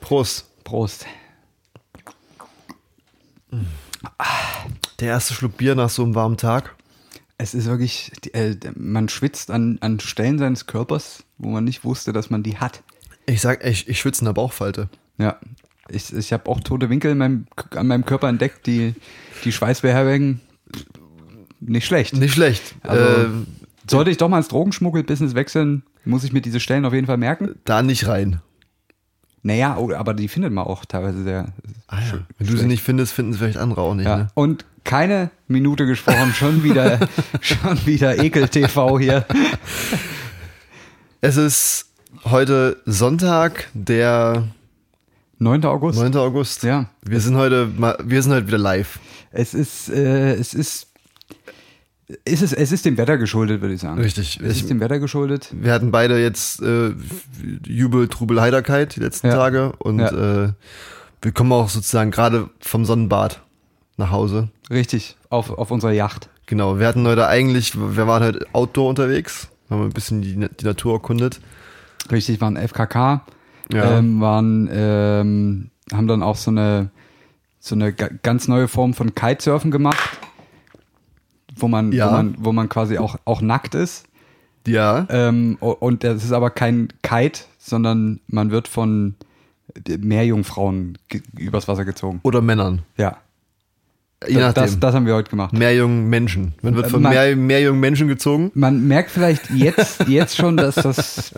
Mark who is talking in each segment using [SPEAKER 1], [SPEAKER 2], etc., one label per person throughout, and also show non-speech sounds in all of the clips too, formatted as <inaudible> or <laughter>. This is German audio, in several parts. [SPEAKER 1] Prost.
[SPEAKER 2] Prost.
[SPEAKER 1] Der erste Schluck Bier nach so einem warmen Tag.
[SPEAKER 2] Es ist wirklich, die- äh, man schwitzt an, an Stellen seines Körpers, wo man nicht wusste, dass man die hat.
[SPEAKER 1] Ich sag, ich, ich schwitze in der Bauchfalte.
[SPEAKER 2] Ja, ich, ich habe auch tote Winkel in meinem, an meinem Körper entdeckt, die, die Schweiß beherbergen. Nicht schlecht.
[SPEAKER 1] Nicht schlecht.
[SPEAKER 2] Also,
[SPEAKER 1] Ähm,
[SPEAKER 2] sollte ich doch mal ins Drogenschmuggel-Business wechseln, muss ich mir diese Stellen auf jeden Fall merken.
[SPEAKER 1] da nicht rein.
[SPEAKER 2] Naja, oh, aber die findet man auch teilweise sehr.
[SPEAKER 1] Ah, ja. Wenn du sie nicht findest, finden es vielleicht andere auch nicht.
[SPEAKER 2] Ja.
[SPEAKER 1] Ne?
[SPEAKER 2] Und keine Minute gesprochen, schon wieder, schon wieder Ekel-TV hier.
[SPEAKER 1] Es ist heute Sonntag, der
[SPEAKER 2] 9. August.
[SPEAKER 1] 9. August.
[SPEAKER 2] Ja.
[SPEAKER 1] Wir sind heute, mal- wir sind heute wieder live.
[SPEAKER 2] Es ist, äh, es ist, ist es, es ist dem Wetter geschuldet, würde ich sagen.
[SPEAKER 1] Richtig.
[SPEAKER 2] Es
[SPEAKER 1] Ich-
[SPEAKER 2] ist dem Wetter geschuldet.
[SPEAKER 1] Wir hatten beide jetzt äh, Jubel, Trubel, Heiterkeit die letzten
[SPEAKER 2] Ja.
[SPEAKER 1] Tage und
[SPEAKER 2] Ja.
[SPEAKER 1] äh, wir kommen auch sozusagen gerade vom Sonnenbad nach Hause.
[SPEAKER 2] Richtig. Auf, auf unserer Yacht.
[SPEAKER 1] Genau, wir hatten heute eigentlich, wir waren heute Outdoor unterwegs, haben ein bisschen die, die Natur erkundet.
[SPEAKER 2] Richtig, waren FKK.
[SPEAKER 1] Ja.
[SPEAKER 2] Ähm, waren, ähm, haben dann auch so eine, so eine ga- ganz neue Form von Kitesurfen gemacht. Wo man,
[SPEAKER 1] Ja.
[SPEAKER 2] wo man, wo man quasi auch, auch nackt ist.
[SPEAKER 1] Ja,
[SPEAKER 2] Ähm, o- und das ist aber kein Kite, sondern man wird von Meerjungfrauen ge- übers Wasser gezogen.
[SPEAKER 1] oder Männern,
[SPEAKER 2] Ja.
[SPEAKER 1] je
[SPEAKER 2] Das,
[SPEAKER 1] nachdem.
[SPEAKER 2] das, Äh, das haben wir heute gemacht.
[SPEAKER 1] mehr jungen Menschen. Man wird von
[SPEAKER 2] Man-
[SPEAKER 1] mehr, mehr jungen Menschen gezogen.
[SPEAKER 2] Man merkt vielleicht jetzt, jetzt schon, dass das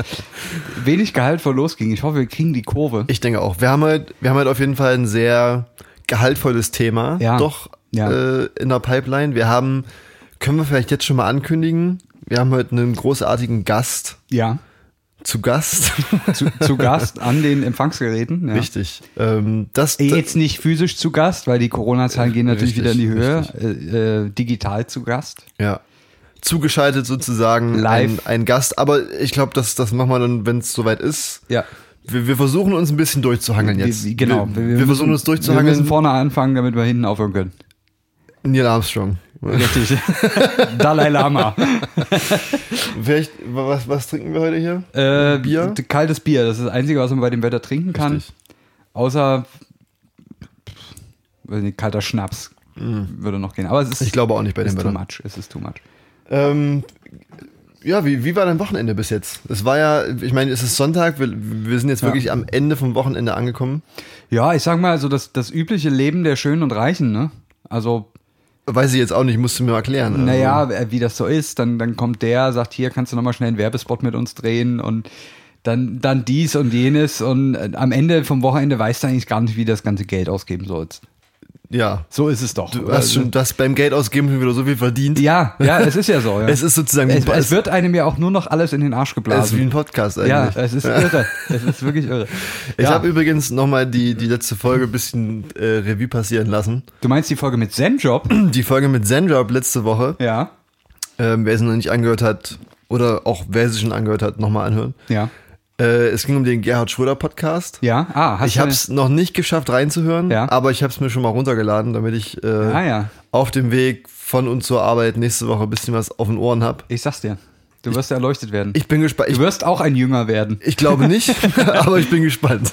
[SPEAKER 2] wenig gehaltvoll losging. Ich hoffe, wir kriegen die Kurve.
[SPEAKER 1] Ich denke auch. Wir haben halt, wir haben halt auf jeden Fall ein sehr gehaltvolles Thema
[SPEAKER 2] Ja.
[SPEAKER 1] doch
[SPEAKER 2] Ja.
[SPEAKER 1] Äh, in der Pipeline. Wir haben, können wir vielleicht jetzt schon mal ankündigen, wir haben heute einen großartigen Gast
[SPEAKER 2] Ja.
[SPEAKER 1] zu Gast. <laughs>
[SPEAKER 2] Zu, zu Gast an den Empfangsgeräten. Ja.
[SPEAKER 1] Richtig. Ähm, das,
[SPEAKER 2] Jetzt nicht physisch zu Gast, weil die Corona-Zahlen gehen natürlich
[SPEAKER 1] Richtig,
[SPEAKER 2] wieder in die Höhe. Äh, äh, digital zu Gast.
[SPEAKER 1] Ja. Zugeschaltet sozusagen
[SPEAKER 2] Live.
[SPEAKER 1] Ein, ein Gast. Aber ich glaube, das, das machen wir dann, wenn es soweit ist.
[SPEAKER 2] Ja.
[SPEAKER 1] Wir, wir versuchen uns ein bisschen durchzuhangeln jetzt.
[SPEAKER 2] Wir, genau.
[SPEAKER 1] Wir, wir, versuchen uns
[SPEAKER 2] müssen- Wir müssen
[SPEAKER 1] durchzuhangeln.
[SPEAKER 2] vorne anfangen, damit wir hinten aufhören können.
[SPEAKER 1] Neil Armstrong.
[SPEAKER 2] Richtig. <laughs> Dalai Lama.
[SPEAKER 1] <laughs> Vielleicht, was, was trinken wir heute hier?
[SPEAKER 2] Äh,
[SPEAKER 1] Bier?
[SPEAKER 2] Kaltes Bier. Das ist das Einzige, was man bei dem Wetter trinken kann.
[SPEAKER 1] Richtig.
[SPEAKER 2] Außer pff, weiß nicht, kalter Schnaps würde noch gehen. Aber es ist,
[SPEAKER 1] Ich glaube auch nicht bei
[SPEAKER 2] es
[SPEAKER 1] dem
[SPEAKER 2] ist too
[SPEAKER 1] Wetter.
[SPEAKER 2] much. Es ist too much.
[SPEAKER 1] Ähm, ja, wie, wie war dein Wochenende bis jetzt? Es war ja, ich meine, es ist Sonntag, wir, wir sind jetzt
[SPEAKER 2] Ja.
[SPEAKER 1] wirklich am Ende vom Wochenende angekommen.
[SPEAKER 2] Ja, ich sag mal, so das, das übliche Leben der Schönen und Reichen, ne? Also,
[SPEAKER 1] Weiß ich jetzt auch nicht, musst du mir erklären. Also,
[SPEAKER 2] naja, äh, wie das so ist, dann, dann kommt der, sagt, hier kannst du nochmal schnell einen Werbespot mit uns drehen und dann, dann dies und jenes und äh, am Ende vom Wochenende weißt du eigentlich gar nicht, wie du das ganze Geld ausgeben sollst.
[SPEAKER 1] Also, Ja.
[SPEAKER 2] So ist es doch.
[SPEAKER 1] Du hast schon das beim Geld ausgeben schon wieder so viel verdient.
[SPEAKER 2] ja, ja, es ist ja so. Ja.
[SPEAKER 1] <laughs> Es ist sozusagen
[SPEAKER 2] es, es wird einem ja auch nur noch alles in den Arsch
[SPEAKER 1] es ist wie
[SPEAKER 2] geblasen.
[SPEAKER 1] ein Podcast
[SPEAKER 2] Ja,
[SPEAKER 1] eigentlich.
[SPEAKER 2] es ist irre. Es ist wirklich irre.
[SPEAKER 1] ich
[SPEAKER 2] ja.
[SPEAKER 1] habe übrigens nochmal die, die letzte Folge ein bisschen äh, Revue passieren lassen.
[SPEAKER 2] Du meinst die Folge mit Zenjob?
[SPEAKER 1] Die Folge mit Zenjob letzte Woche.
[SPEAKER 2] ja.
[SPEAKER 1] Ähm, wer sie noch nicht angehört hat, oder auch wer sie schon angehört hat, nochmal anhören.
[SPEAKER 2] Ja.
[SPEAKER 1] Äh, es ging um den Gerhard Schröder Podcast.
[SPEAKER 2] Ja. Ah, hast
[SPEAKER 1] Ich habe es noch nicht geschafft reinzuhören,
[SPEAKER 2] Ja.
[SPEAKER 1] aber ich habe es mir schon mal runtergeladen, damit ich äh,
[SPEAKER 2] Ah, ja.
[SPEAKER 1] auf dem Weg von und zur Arbeit nächste Woche ein bisschen was auf den Ohren habe.
[SPEAKER 2] Ich sag's dir. Du wirst erleuchtet werden.
[SPEAKER 1] Ich bin gespannt.
[SPEAKER 2] du
[SPEAKER 1] Ich,
[SPEAKER 2] wirst auch ein Jünger werden.
[SPEAKER 1] ich glaube nicht, <laughs> aber ich bin gespannt.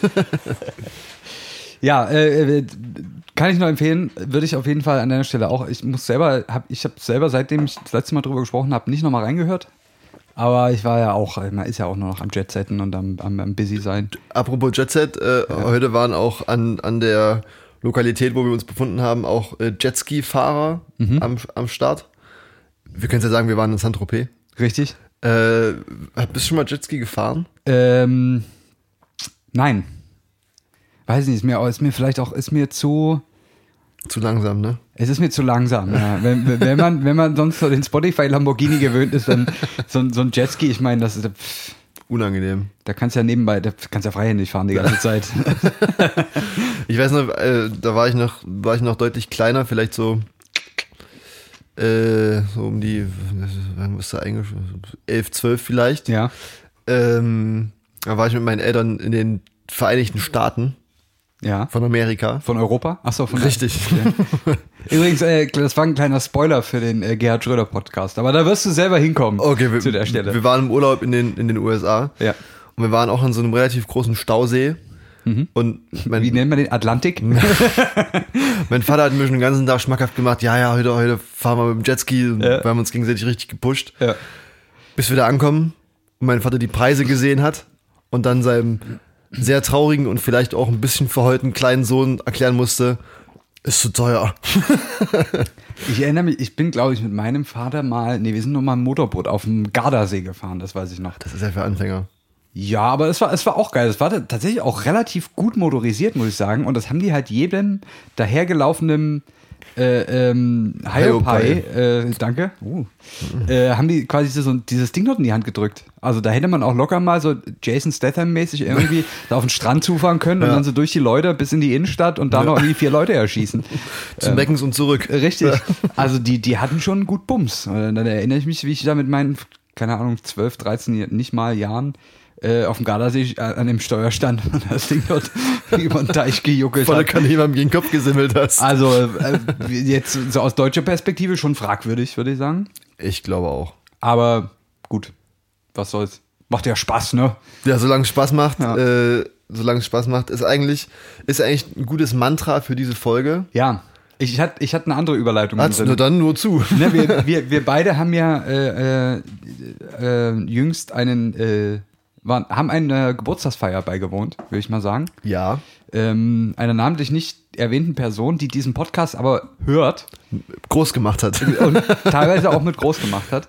[SPEAKER 2] Ja, äh, äh, kann ich nur empfehlen, würde ich auf jeden Fall an deiner Stelle auch. Ich muss selber, hab, ich habe selber, seitdem ich das letzte Mal drüber gesprochen habe, nicht nochmal reingehört. Aber ich war ja auch, äh, man ist ja auch nur noch am Jetsetten und am, am, am Busy sein.
[SPEAKER 1] Apropos Jet Set, äh, heute waren auch an, an der Lokalität, wo wir uns befunden haben, auch äh, Jetski-Fahrer am, am Start. Wir können ja sagen, wir waren in Saint-Tropez.
[SPEAKER 2] Richtig?
[SPEAKER 1] Äh, bist du schon mal Jetski gefahren?
[SPEAKER 2] Ähm, nein. Weiß nicht, ist mir, ist mir vielleicht auch, ist mir zu,
[SPEAKER 1] Zu langsam, ne?
[SPEAKER 2] Es ist mir zu langsam. Ja. Wenn, wenn, man, wenn man sonst so den Spotify Lamborghini gewöhnt ist, dann so, ein- so ein Jetski, ich meine, das ist, pff,
[SPEAKER 1] Unangenehm.
[SPEAKER 2] da kannst du ja nebenbei, da kannst du ja freihändig fahren die ganze Zeit.
[SPEAKER 1] Ich weiß noch, äh, da war ich noch, war ich noch deutlich kleiner, vielleicht so, äh, so um die, wann bist du eigentlich, 11, 12 vielleicht.
[SPEAKER 2] ja.
[SPEAKER 1] ähm, da war ich mit meinen Eltern in den Vereinigten Staaten
[SPEAKER 2] Ja.
[SPEAKER 1] von Amerika.
[SPEAKER 2] Von Europa? Achso, von
[SPEAKER 1] Richtig.
[SPEAKER 2] Übrigens, äh, das war ein kleiner Spoiler für den äh, Gerhard Schröder Podcast, aber da wirst du selber
[SPEAKER 1] <laughs>
[SPEAKER 2] hinkommen
[SPEAKER 1] Okay, wir,
[SPEAKER 2] zu der Stelle.
[SPEAKER 1] wir waren im Urlaub in den, in den USA.
[SPEAKER 2] Ja.
[SPEAKER 1] Und wir waren auch in so einem relativ großen Stausee. Und mein,
[SPEAKER 2] Mhm. Wie nennt man
[SPEAKER 1] <laughs>
[SPEAKER 2] den? Atlantik?
[SPEAKER 1] mein Vater hat mir schon den ganzen Tag schmackhaft gemacht, ja, ja, heute, heute fahren wir mit dem Jetski. Und
[SPEAKER 2] Ja.
[SPEAKER 1] Wir haben uns gegenseitig richtig gepusht.
[SPEAKER 2] ja.
[SPEAKER 1] Bis wir da ankommen und mein Vater die Preise gesehen hat und dann seinem sehr traurigen und vielleicht auch ein bisschen verheulten kleinen Sohn erklären musste, ist zu teuer.
[SPEAKER 2] Ich erinnere mich, ich bin, glaube ich, mit meinem Vater mal, nee, wir sind noch mal im Motorboot auf dem Gardasee gefahren, das weiß ich noch.
[SPEAKER 1] Das ist ja für Anfänger.
[SPEAKER 2] Ja, aber es war, es war auch geil. Es war t- tatsächlich auch relativ gut motorisiert, muss ich sagen. Und das haben die halt jedem dahergelaufenen äh, ähm, Haiopai, äh, danke, uh, äh, haben die quasi so ein, dieses Ding dort in die Hand gedrückt. Also da hätte man auch locker mal so Jason Statham-mäßig irgendwie da auf den Strand zufahren können und dann so durch die Leute bis in die Innenstadt und da noch irgendwie vier Leute erschießen. Ähm.
[SPEAKER 1] Zum Beckens und zurück. <laughs>
[SPEAKER 2] Richtig. Also die, die hatten schon gut Bums. Und dann erinnere ich mich, wie ich da mit meinen, keine Ahnung, 12, 13, Jahr- nicht mal Jahren äh, auf dem Gardasee äh, an dem Steuer stand <laughs> und das Ding dort über den Teich gejuckelt
[SPEAKER 1] Volle
[SPEAKER 2] hat.
[SPEAKER 1] Kanne jemandem gegen den Kopf gesimmelt hast.
[SPEAKER 2] Also äh, jetzt so aus deutscher Perspektive schon fragwürdig, würde ich sagen.
[SPEAKER 1] Ich glaube auch.
[SPEAKER 2] Aber gut, was soll's. Macht ja Spaß, ne?
[SPEAKER 1] Ja, solange es Spaß macht,
[SPEAKER 2] Ja.
[SPEAKER 1] äh, solange es Spaß macht, ist eigentlich, ist eigentlich ein gutes Mantra für diese Folge.
[SPEAKER 2] Ja. Ich, ich hatte ich hatte eine andere Überleitung. Also, im
[SPEAKER 1] Hat's
[SPEAKER 2] Sinne.
[SPEAKER 1] nur dann nur
[SPEAKER 2] <laughs>
[SPEAKER 1] zu.
[SPEAKER 2] Ne, wir, wir, wir beide haben ja äh, äh, äh, jüngst einen, äh, waren, haben eine Geburtstagsfeier beigewohnt, würde ich mal sagen.
[SPEAKER 1] Ja.
[SPEAKER 2] Ähm, einer namentlich nicht erwähnten Person, die diesen Podcast aber hört
[SPEAKER 1] Groß gemacht hat.
[SPEAKER 2] und teilweise auch mit groß gemacht hat.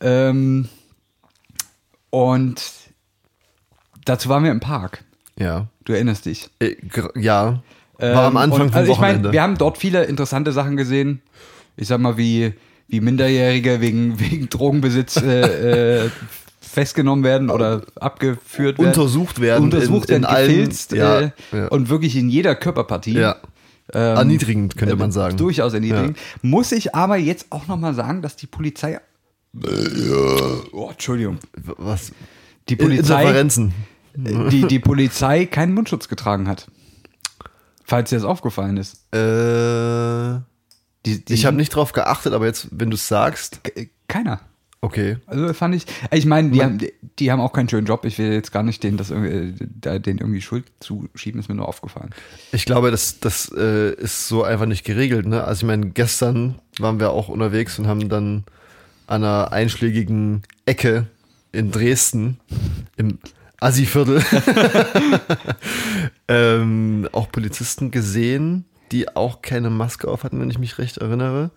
[SPEAKER 2] Ähm, und dazu waren wir im Park.
[SPEAKER 1] Ja.
[SPEAKER 2] Du erinnerst dich.
[SPEAKER 1] Äh, gr- Ja. War am
[SPEAKER 2] Ähm,
[SPEAKER 1] Anfang
[SPEAKER 2] und,
[SPEAKER 1] vom
[SPEAKER 2] also ich
[SPEAKER 1] Wochenende.
[SPEAKER 2] meine, wir haben dort viele interessante Sachen gesehen. Ich sag mal, wie, wie Minderjährige wegen, <laughs> wegen Drogenbesitz äh, äh, festgenommen werden oder abgeführt werden.
[SPEAKER 1] untersucht werden.
[SPEAKER 2] untersucht
[SPEAKER 1] in, in
[SPEAKER 2] werden, gefilzt
[SPEAKER 1] allen,
[SPEAKER 2] äh,
[SPEAKER 1] ja, ja.
[SPEAKER 2] und wirklich in jeder Körperpartie.
[SPEAKER 1] ja.
[SPEAKER 2] Ähm,
[SPEAKER 1] Erniedrigend, könnte
[SPEAKER 2] äh,
[SPEAKER 1] man sagen.
[SPEAKER 2] Durchaus erniedrigend. Muss ich aber jetzt auch nochmal sagen, dass die
[SPEAKER 1] Äh,
[SPEAKER 2] Polizei. Oh, Entschuldigung.
[SPEAKER 1] Was?
[SPEAKER 2] Die Polizei,
[SPEAKER 1] Interferenzen.
[SPEAKER 2] die, die Polizei keinen Mundschutz getragen hat. Falls dir das aufgefallen ist.
[SPEAKER 1] Äh,
[SPEAKER 2] Die, die
[SPEAKER 1] ich habe nicht drauf geachtet, aber jetzt, wenn du es sagst,
[SPEAKER 2] Ke- äh, Keiner.
[SPEAKER 1] okay.
[SPEAKER 2] Also fand ich, ich meine, die haben, die haben auch keinen schönen Job. Ich will jetzt gar nicht denen, das irgendwie, äh, da denen irgendwie Schuld zuschieben, ist mir nur aufgefallen.
[SPEAKER 1] Ich glaube, das, das äh, ist so einfach nicht geregelt. Ne? Also ich meine, gestern waren wir auch unterwegs und haben dann an einer einschlägigen Ecke in Dresden im Assi-Viertel <laughs> ähm, auch Polizisten gesehen, die auch keine Maske auf hatten, wenn ich mich recht erinnere.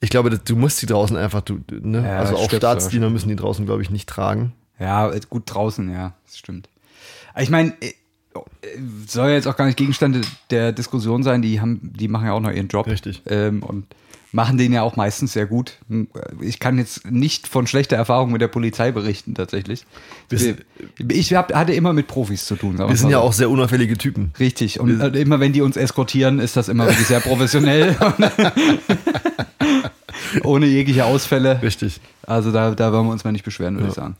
[SPEAKER 1] Ich glaube, das- du musst die draußen einfach, du, ne?
[SPEAKER 2] Ja,
[SPEAKER 1] also auch
[SPEAKER 2] stirbst du
[SPEAKER 1] Staatsdiener müssen die draußen, glaube ich, nicht tragen.
[SPEAKER 2] Ja, äh, gut draußen, ja, das stimmt. Ich meine, äh, soll ja jetzt auch gar nicht Gegenstand der Diskussion sein. Die haben, die machen ja auch noch ihren Job.
[SPEAKER 1] Richtig.
[SPEAKER 2] Ähm, und machen den ja auch meistens sehr gut. Hm, äh, Ich kann jetzt nicht von schlechter Erfahrung mit der Polizei berichten, tatsächlich.
[SPEAKER 1] Wir-
[SPEAKER 2] ich hab, hatte immer mit Profis zu tun. sagen
[SPEAKER 1] Wir
[SPEAKER 2] wir's
[SPEAKER 1] sind
[SPEAKER 2] mal
[SPEAKER 1] ja
[SPEAKER 2] so.
[SPEAKER 1] auch sehr unauffällige Typen.
[SPEAKER 2] Richtig. Und äh, immer wenn die uns eskortieren, ist das immer wirklich
[SPEAKER 1] <laughs>
[SPEAKER 2] sehr professionell. Ohne jegliche Ausfälle.
[SPEAKER 1] Richtig.
[SPEAKER 2] Also da, da wollen wir uns mal nicht beschweren, würde ich sagen.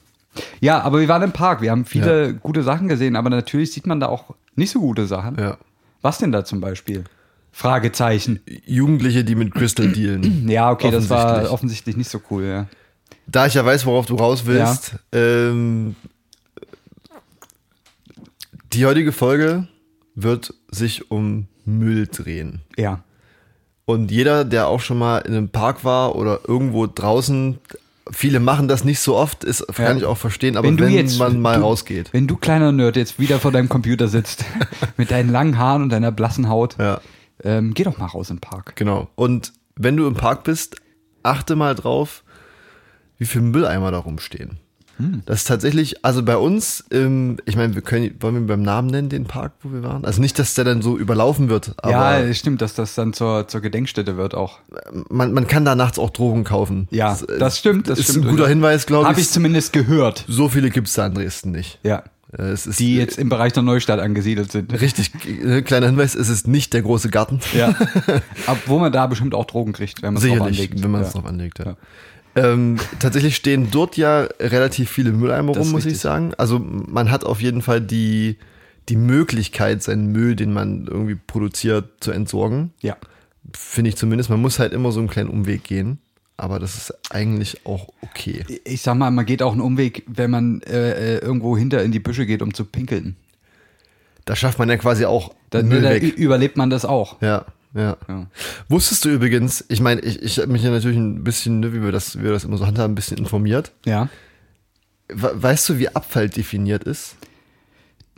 [SPEAKER 2] Ja, aber wir waren im Park. Wir haben viele gute Sachen gesehen, aber natürlich sieht man da auch nicht so gute Sachen.
[SPEAKER 1] Ja.
[SPEAKER 2] Was denn da zum Beispiel? Fragezeichen.
[SPEAKER 1] Jugendliche, die mit Crystal dealen.
[SPEAKER 2] Ja, okay, das war
[SPEAKER 1] Offensichtlich.
[SPEAKER 2] offensichtlich nicht so cool. Ja.
[SPEAKER 1] Da ich ja weiß, worauf du raus willst, ähm, die heutige Folge wird sich um Müll drehen.
[SPEAKER 2] ja.
[SPEAKER 1] Und jeder, der auch schon mal in einem Park war oder irgendwo draußen, viele machen das nicht so oft, ist, kann ich auch verstehen, aber wenn, man mal
[SPEAKER 2] du,
[SPEAKER 1] rausgeht.
[SPEAKER 2] Wenn du kleiner Nerd jetzt wieder vor deinem Computer
[SPEAKER 1] <laughs>
[SPEAKER 2] sitzt, mit deinen langen Haaren und deiner blassen Haut,
[SPEAKER 1] Ja.
[SPEAKER 2] ähm, geh doch mal raus im Park.
[SPEAKER 1] Genau. Und wenn du im Park bist, achte mal drauf, wie viele Mülleimer da rumstehen.
[SPEAKER 2] Hm.
[SPEAKER 1] Das ist tatsächlich, also bei uns, ähm, ich meine, wir können, wollen wir ihn beim Namen nennen, den Park, wo wir waren? Also nicht, dass der dann so überlaufen wird, aber
[SPEAKER 2] ja, äh, stimmt, dass das dann zur, zur Gedenkstätte wird auch.
[SPEAKER 1] man, man kann da nachts auch Drogen kaufen.
[SPEAKER 2] Ja,
[SPEAKER 1] äh,
[SPEAKER 2] das stimmt, das
[SPEAKER 1] ist
[SPEAKER 2] stimmt.
[SPEAKER 1] ein guter Hinweis, glaube ich.
[SPEAKER 2] Habe ich zumindest gehört.
[SPEAKER 1] so viele gibt es da in Dresden nicht.
[SPEAKER 2] Ja.
[SPEAKER 1] Äh, Es ist,
[SPEAKER 2] Die jetzt im Bereich der Neustadt angesiedelt sind.
[SPEAKER 1] <laughs> Richtig, äh, kleiner Hinweis, es ist nicht der große Garten.
[SPEAKER 2] Ja. Obwohl man da bestimmt auch Drogen kriegt, wenn man es drauf
[SPEAKER 1] Sicherlich,
[SPEAKER 2] anlegt.
[SPEAKER 1] wenn man es
[SPEAKER 2] ja.
[SPEAKER 1] drauf anlegt, ja. Ähm, tatsächlich stehen dort ja relativ viele Mülleimer
[SPEAKER 2] Das
[SPEAKER 1] rum,
[SPEAKER 2] ist
[SPEAKER 1] muss ich
[SPEAKER 2] richtig.
[SPEAKER 1] sagen. Also man hat auf jeden Fall die, die Möglichkeit, seinen Müll, den man irgendwie produziert, zu entsorgen.
[SPEAKER 2] Ja.
[SPEAKER 1] Finde ich zumindest. Man muss halt immer so einen kleinen Umweg gehen. Aber das ist eigentlich auch okay.
[SPEAKER 2] Ich sag mal, man geht auch einen Umweg, wenn man äh, äh, irgendwo hinter in die Büsche geht, um zu pinkeln.
[SPEAKER 1] Da schafft man ja quasi auch
[SPEAKER 2] Da,
[SPEAKER 1] Müll
[SPEAKER 2] da ü-
[SPEAKER 1] weg.
[SPEAKER 2] überlebt man das auch.
[SPEAKER 1] Ja, ja.
[SPEAKER 2] Ja.
[SPEAKER 1] Wusstest du übrigens, ich meine, ich, ich habe mich ja natürlich ein bisschen, ne, wie wir das, wie wir das immer so handhaben, ein bisschen informiert.
[SPEAKER 2] Ja.
[SPEAKER 1] We- Weißt du, wie Abfall definiert ist?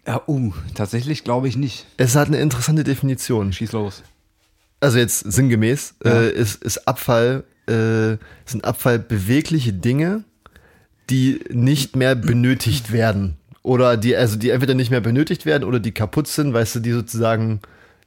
[SPEAKER 2] ja uh, tatsächlich glaube ich nicht.
[SPEAKER 1] Es hat eine interessante Definition.
[SPEAKER 2] Schieß los.
[SPEAKER 1] Also jetzt sinngemäß
[SPEAKER 2] Ja.
[SPEAKER 1] äh, ist, ist Abfall äh, sind Abfall bewegliche Dinge, die nicht mehr benötigt werden oder die also die entweder nicht mehr benötigt werden oder die kaputt sind, weißt du, die sozusagen,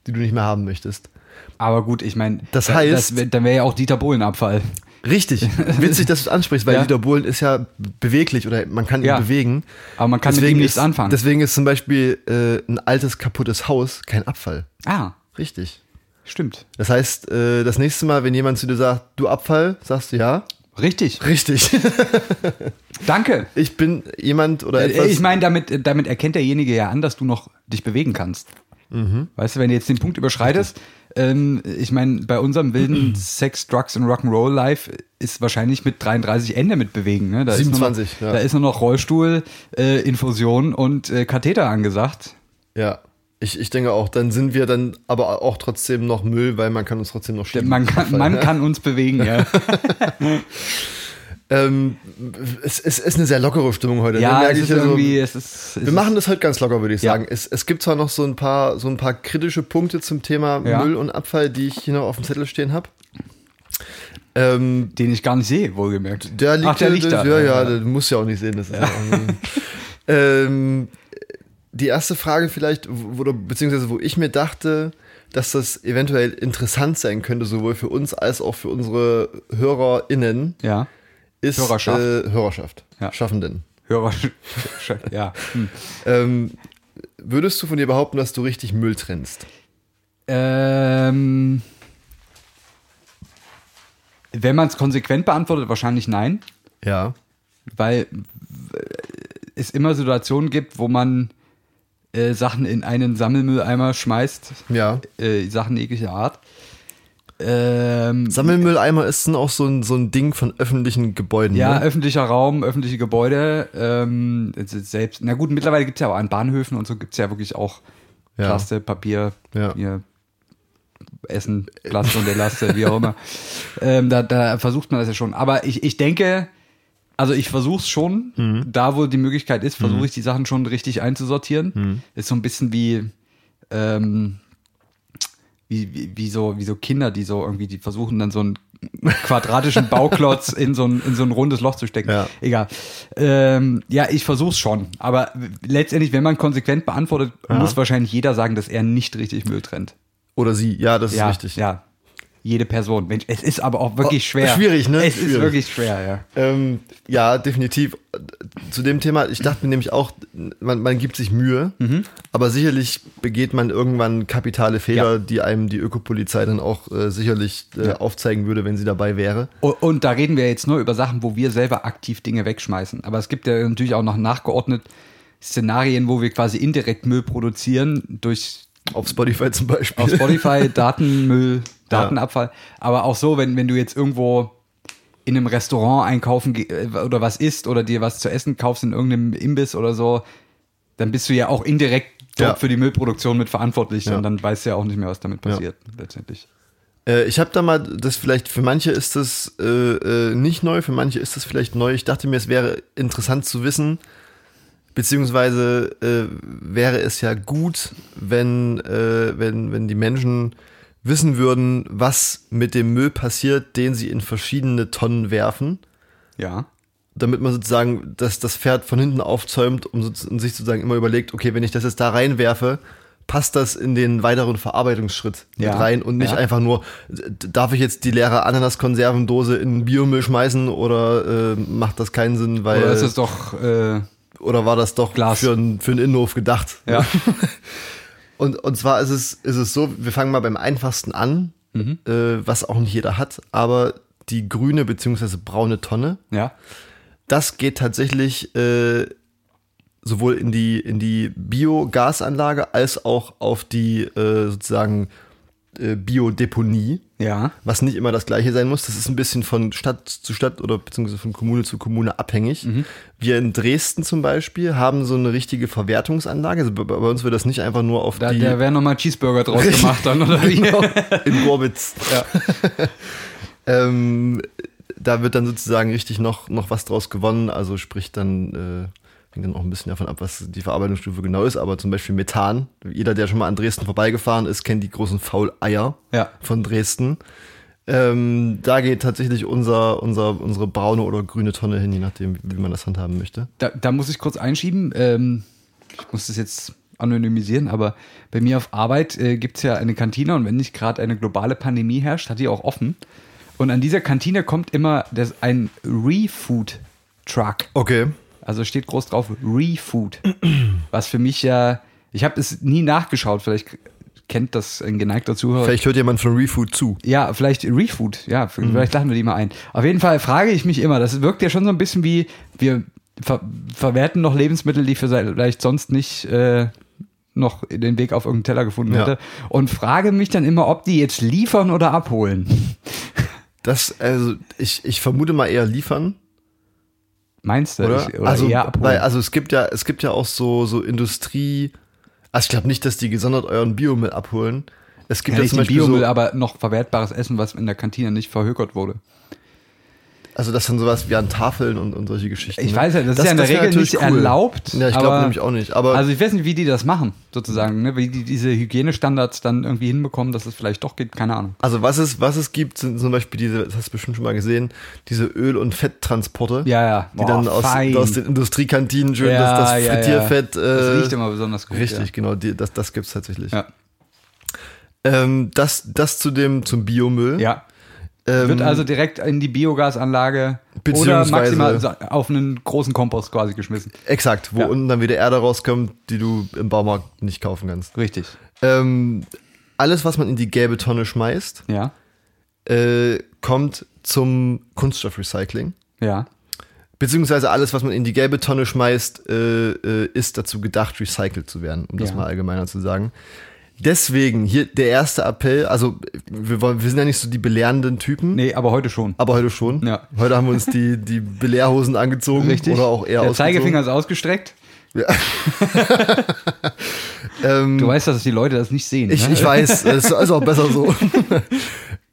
[SPEAKER 1] die du nicht mehr haben möchtest.
[SPEAKER 2] Aber gut, ich meine,
[SPEAKER 1] Das
[SPEAKER 2] da-
[SPEAKER 1] heißt-
[SPEAKER 2] wär- dann wäre ja auch Dieter Bohlen Abfall. <laughs>
[SPEAKER 1] Richtig, witzig, dass du es ansprichst, weil
[SPEAKER 2] Ja.
[SPEAKER 1] Dieter Bohlen ist ja beweglich oder man kann ihn
[SPEAKER 2] Ja.
[SPEAKER 1] bewegen.
[SPEAKER 2] Aber man kann mit ihm nichts
[SPEAKER 1] ist,
[SPEAKER 2] anfangen.
[SPEAKER 1] Deswegen ist zum Beispiel äh, ein altes, kaputtes Haus kein Abfall.
[SPEAKER 2] Ah,
[SPEAKER 1] Richtig.
[SPEAKER 2] stimmt.
[SPEAKER 1] Das heißt, äh, das nächste Mal, wenn jemand zu dir sagt, du Abfall, sagst du ja.
[SPEAKER 2] Richtig.
[SPEAKER 1] Richtig.
[SPEAKER 2] Danke.
[SPEAKER 1] <laughs> Ich bin jemand oder etwas.
[SPEAKER 2] Äh, Ich meine, damit, damit erkennt derjenige ja an, dass du noch dich bewegen kannst.
[SPEAKER 1] Mhm.
[SPEAKER 2] Weißt du, wenn du jetzt den Punkt überschreitest, ähm, ich meine, bei
[SPEAKER 1] <clears throat>
[SPEAKER 2] unserem wilden Sex, Drugs und Rock'n'Roll Life ist wahrscheinlich mit 33 Ende mit bewegen. Ne? Da
[SPEAKER 1] 27,
[SPEAKER 2] Ist nur
[SPEAKER 1] ja.
[SPEAKER 2] noch, Da ist nur noch Rollstuhl, äh, Infusion und äh, Katheter angesagt.
[SPEAKER 1] ja. Ich, ich denke auch, dann sind wir dann aber auch trotzdem noch Müll, weil man kann uns trotzdem noch schieben.
[SPEAKER 2] Man kann, man kann uns bewegen,
[SPEAKER 1] <laughs>
[SPEAKER 2] ja.
[SPEAKER 1] Ähm, es, es ist eine sehr lockere Stimmung heute. ne?
[SPEAKER 2] ja,
[SPEAKER 1] Merke
[SPEAKER 2] es
[SPEAKER 1] ich
[SPEAKER 2] ist
[SPEAKER 1] ja so.
[SPEAKER 2] irgendwie, es ist, es
[SPEAKER 1] wir
[SPEAKER 2] ist
[SPEAKER 1] machen das heute ganz locker, würde ich
[SPEAKER 2] Ja.
[SPEAKER 1] sagen. Es, es gibt zwar noch so ein paar so ein paar kritische Punkte zum Thema
[SPEAKER 2] Ja.
[SPEAKER 1] Müll und Abfall, die ich hier noch auf dem Zettel stehen habe. Ähm,
[SPEAKER 2] den ich gar nicht sehe, wohlgemerkt.
[SPEAKER 1] Der liegt,
[SPEAKER 2] Ach, der liegt da.
[SPEAKER 1] Ja, ja, den musst du ja auch nicht sehen. Das ist ja. auch so.
[SPEAKER 2] <laughs>
[SPEAKER 1] ähm, die erste Frage vielleicht, wo, oder beziehungsweise wo ich mir dachte, dass das eventuell interessant sein könnte, sowohl für uns als auch für unsere HörerInnen,
[SPEAKER 2] Ja.
[SPEAKER 1] ist
[SPEAKER 2] Hörerschaft.
[SPEAKER 1] Äh, Hörerschaft.
[SPEAKER 2] Ja.
[SPEAKER 1] Schaffenden.
[SPEAKER 2] Hörer. <laughs> ja. Hm.
[SPEAKER 1] Ähm, würdest du von dir behaupten, dass du richtig Müll trennst?
[SPEAKER 2] Ähm, wenn man es konsequent beantwortet, wahrscheinlich nein,
[SPEAKER 1] Ja.
[SPEAKER 2] weil äh, es immer Situationen gibt, wo man äh, Sachen in einen Sammelmülleimer schmeißt,
[SPEAKER 1] Ja.
[SPEAKER 2] äh, Sachen jeglicher Art. Ähm,
[SPEAKER 1] Sammelmülleimer ist dann auch so ein, so ein Ding von öffentlichen Gebäuden.
[SPEAKER 2] ja,
[SPEAKER 1] ne?
[SPEAKER 2] öffentlicher Raum, öffentliche Gebäude, ähm, es ist selbst. Na gut, mittlerweile gibt es ja auch an Bahnhöfen und so gibt es ja wirklich auch
[SPEAKER 1] Ja.
[SPEAKER 2] Plaste, Papier,
[SPEAKER 1] Ja.
[SPEAKER 2] hier, Essen, Plaste und Elaste, wie
[SPEAKER 1] <laughs>
[SPEAKER 2] auch immer. Ähm, da, da versucht man das ja schon. Aber ich, ich denke, also ich versuche es schon,
[SPEAKER 1] Mhm.
[SPEAKER 2] da wo die Möglichkeit ist, versuche ich die Sachen schon richtig einzusortieren.
[SPEAKER 1] Mhm.
[SPEAKER 2] Ist so ein bisschen wie, ähm, wie, wie, wie, so, wie so Kinder, die so irgendwie, die versuchen dann so einen quadratischen Bauklotz in so ein, in so ein rundes Loch zu stecken.
[SPEAKER 1] Ja.
[SPEAKER 2] Egal. Ähm, ja, ich versuch's schon. Aber letztendlich, wenn man konsequent beantwortet, muss wahrscheinlich jeder sagen, dass er nicht richtig Müll trennt.
[SPEAKER 1] Oder sie. Ja, das
[SPEAKER 2] ja,
[SPEAKER 1] ist richtig.
[SPEAKER 2] Ja. Jede Person. Mensch, es ist aber auch wirklich schwer.
[SPEAKER 1] schwierig, ne?
[SPEAKER 2] Es
[SPEAKER 1] Schwierig.
[SPEAKER 2] ist wirklich schwer, ja.
[SPEAKER 1] Ähm, ja, definitiv. Zu dem Thema, ich dachte mir nämlich auch, man, man gibt sich Mühe,
[SPEAKER 2] Mhm.
[SPEAKER 1] aber sicherlich begeht man irgendwann kapitale Fehler,
[SPEAKER 2] Ja.
[SPEAKER 1] die einem die Ökopolizei dann auch äh, sicherlich äh, aufzeigen würde, wenn sie dabei wäre.
[SPEAKER 2] Und, und da reden wir jetzt nur über Sachen, wo wir selber aktiv Dinge wegschmeißen. Aber es gibt ja natürlich auch noch nachgeordnet Szenarien, wo wir quasi indirekt Müll produzieren durch
[SPEAKER 1] Auf Spotify zum Beispiel. <laughs>
[SPEAKER 2] auf Spotify Datenmüll, Datenabfall. Aber auch so, wenn, wenn du jetzt irgendwo in einem Restaurant einkaufen ge- äh, oder was isst oder dir was zu essen kaufst in irgendeinem Imbiss oder so, dann bist du ja auch indirekt dort
[SPEAKER 1] Ja.
[SPEAKER 2] für die Müllproduktion mit verantwortlich
[SPEAKER 1] Ja.
[SPEAKER 2] und dann weißt du ja auch nicht mehr, was damit passiert letztendlich.
[SPEAKER 1] Äh, ich habe da mal, das vielleicht, für manche ist das äh, äh, nicht neu, für manche ist das vielleicht neu. Ich dachte mir, es wäre interessant zu wissen, beziehungsweise äh, wäre es ja gut, wenn, äh, wenn, wenn die Menschen wissen würden, was mit dem Müll passiert, den sie in verschiedene Tonnen werfen,
[SPEAKER 2] Ja.
[SPEAKER 1] damit man sozusagen das, das Pferd von hinten aufzäumt und, so, und sich sozusagen immer überlegt, okay, wenn ich das jetzt da reinwerfe, passt das in den weiteren Verarbeitungsschritt
[SPEAKER 2] Ja,
[SPEAKER 1] mit rein und nicht
[SPEAKER 2] ja.
[SPEAKER 1] einfach nur, d- darf ich jetzt die leere Ananaskonservendose in Biomüll schmeißen oder äh, macht das keinen Sinn, weil
[SPEAKER 2] Oder ist es doch äh,
[SPEAKER 1] oder war das doch
[SPEAKER 2] Glas.
[SPEAKER 1] für einen für einen Innenhof gedacht? <laughs>
[SPEAKER 2] ja.
[SPEAKER 1] Und, und zwar
[SPEAKER 2] Mhm.
[SPEAKER 1] ist es, ist es so, wir fangen mal beim einfachsten an, äh, was auch nicht jeder hat, aber die grüne bzw. braune Tonne.
[SPEAKER 2] Ja.
[SPEAKER 1] Das geht tatsächlich äh, sowohl in die, in die Biogasanlage als auch auf die äh, sozusagen äh, Biodeponie,
[SPEAKER 2] Ja.
[SPEAKER 1] was nicht immer das gleiche sein muss. Das ist ein bisschen von Stadt zu Stadt oder beziehungsweise von Kommune zu Kommune abhängig. Wir in Dresden zum Beispiel haben so eine richtige Verwertungsanlage. Also bei bei uns wird das nicht einfach nur auf
[SPEAKER 2] Da,
[SPEAKER 1] die
[SPEAKER 2] da werden nochmal Cheeseburger <laughs> draus gemacht dann, oder wie?
[SPEAKER 1] <laughs> in Gorbitz.
[SPEAKER 2] Ja.
[SPEAKER 1] ähm, da wird dann sozusagen richtig noch, noch was draus gewonnen. Also sprich dann, äh, hängt dann auch ein bisschen davon ab, was die Verarbeitungsstufe genau ist. Aber zum Beispiel Methan. Jeder, der schon mal an Dresden vorbeigefahren ist, kennt die großen Fauleier
[SPEAKER 2] Ja.
[SPEAKER 1] von Dresden. Ähm, da geht tatsächlich unser, unser, unsere braune oder grüne Tonne hin, je nachdem, wie man das handhaben möchte.
[SPEAKER 2] Da, da muss ich kurz einschieben. Ähm, ich muss das jetzt anonymisieren, aber bei mir auf Arbeit äh, gibt es ja eine Kantine und wenn nicht gerade eine globale Pandemie herrscht, hat die auch offen. Und an dieser Kantine kommt immer das, ein Refood-Truck.
[SPEAKER 1] Okay.
[SPEAKER 2] Also steht groß drauf Refood. Was für mich ja, ich habe es nie nachgeschaut, vielleicht kennt das ein geneigter Zuhörer.
[SPEAKER 1] Vielleicht hört jemand von ReFood zu.
[SPEAKER 2] Ja, vielleicht Refood. Ja,
[SPEAKER 1] Mhm.
[SPEAKER 2] vielleicht laden wir die mal ein. Auf jeden Fall frage ich mich immer, das wirkt ja schon so ein bisschen wie, wir ver verwerten noch Lebensmittel, die vielleicht sonst nicht äh, noch den Weg auf irgendeinen Teller gefunden
[SPEAKER 1] Ja.
[SPEAKER 2] hätte. Und frage mich dann immer, ob die jetzt liefern oder abholen.
[SPEAKER 1] Das, also, ich, ich vermute mal eher liefern.
[SPEAKER 2] Meinst du?
[SPEAKER 1] oder?
[SPEAKER 2] Ich, oder
[SPEAKER 1] also,
[SPEAKER 2] eher abholen.
[SPEAKER 1] weil, also es gibt ja, es gibt ja auch so, so Industrie. Also ich glaube nicht, dass die gesondert euren Biomüll abholen. Es gibt
[SPEAKER 2] ja,
[SPEAKER 1] ja,
[SPEAKER 2] nicht
[SPEAKER 1] zum
[SPEAKER 2] den
[SPEAKER 1] Beispiel
[SPEAKER 2] Biomüll,
[SPEAKER 1] so,
[SPEAKER 2] aber noch verwertbares Essen, was in der Kantine nicht verhökert wurde.
[SPEAKER 1] also das sind sowas wie an Tafeln und, und solche Geschichten.
[SPEAKER 2] Ich
[SPEAKER 1] ne?
[SPEAKER 2] weiß ja, das ist ja in der
[SPEAKER 1] wär
[SPEAKER 2] Regel
[SPEAKER 1] natürlich
[SPEAKER 2] nicht erlaubt,
[SPEAKER 1] Ja, ich
[SPEAKER 2] aber-
[SPEAKER 1] glaube nämlich auch nicht. Aber
[SPEAKER 2] also ich weiß nicht, wie die das machen, sozusagen, ne? wie die diese Hygienestandards dann irgendwie hinbekommen, dass es vielleicht doch geht, keine Ahnung.
[SPEAKER 1] also was es, was es gibt, sind zum Beispiel diese, das hast du bestimmt schon mal gesehen, diese Öl- und Fetttransporte.
[SPEAKER 2] Ja, ja.
[SPEAKER 1] Die dann
[SPEAKER 2] Boah,
[SPEAKER 1] aus,
[SPEAKER 2] fein.
[SPEAKER 1] aus den Industriekantinen schön
[SPEAKER 2] Ja,
[SPEAKER 1] das, das
[SPEAKER 2] ja, ja.
[SPEAKER 1] Frittierfett.
[SPEAKER 2] Das
[SPEAKER 1] äh,
[SPEAKER 2] riecht immer besonders gut.
[SPEAKER 1] Richtig, genau, die, das, das gibt's tatsächlich.
[SPEAKER 2] Ja.
[SPEAKER 1] Ähm, das, das zu dem, zum Biomüll.
[SPEAKER 2] Ja.
[SPEAKER 1] Ähm,
[SPEAKER 2] Wird also direkt in die Biogasanlage oder
[SPEAKER 1] Beziehungsweise-
[SPEAKER 2] maximal sa- auf einen großen Kompost quasi geschmissen.
[SPEAKER 1] Exakt, wo
[SPEAKER 2] Ja.
[SPEAKER 1] unten dann wieder Erde rauskommt, die du im Baumarkt nicht kaufen kannst.
[SPEAKER 2] Richtig.
[SPEAKER 1] Ähm, alles, was man in die gelbe Tonne schmeißt,
[SPEAKER 2] Ja.
[SPEAKER 1] äh, kommt zum Kunststoffrecycling.
[SPEAKER 2] Ja.
[SPEAKER 1] Beziehungsweise alles, was man in die gelbe Tonne schmeißt, äh, äh, ist dazu gedacht, recycelt zu werden, um das
[SPEAKER 2] Ja.
[SPEAKER 1] mal allgemeiner zu sagen. Deswegen hier der erste Appell, also wir, wollen, wir sind ja nicht so die belehrenden Typen,
[SPEAKER 2] Nee, aber heute schon.
[SPEAKER 1] aber heute schon.
[SPEAKER 2] Ja.
[SPEAKER 1] Heute haben wir uns die, die Belehrhosen angezogen oder auch eher
[SPEAKER 2] Der
[SPEAKER 1] ausgezogen.
[SPEAKER 2] Zeigefinger ist ausgestreckt. <laughs>
[SPEAKER 1] Ähm,
[SPEAKER 2] Du weißt, dass die Leute das nicht sehen.
[SPEAKER 1] Ich,
[SPEAKER 2] ne?
[SPEAKER 1] ich weiß,
[SPEAKER 2] <laughs>
[SPEAKER 1] es ist auch besser so.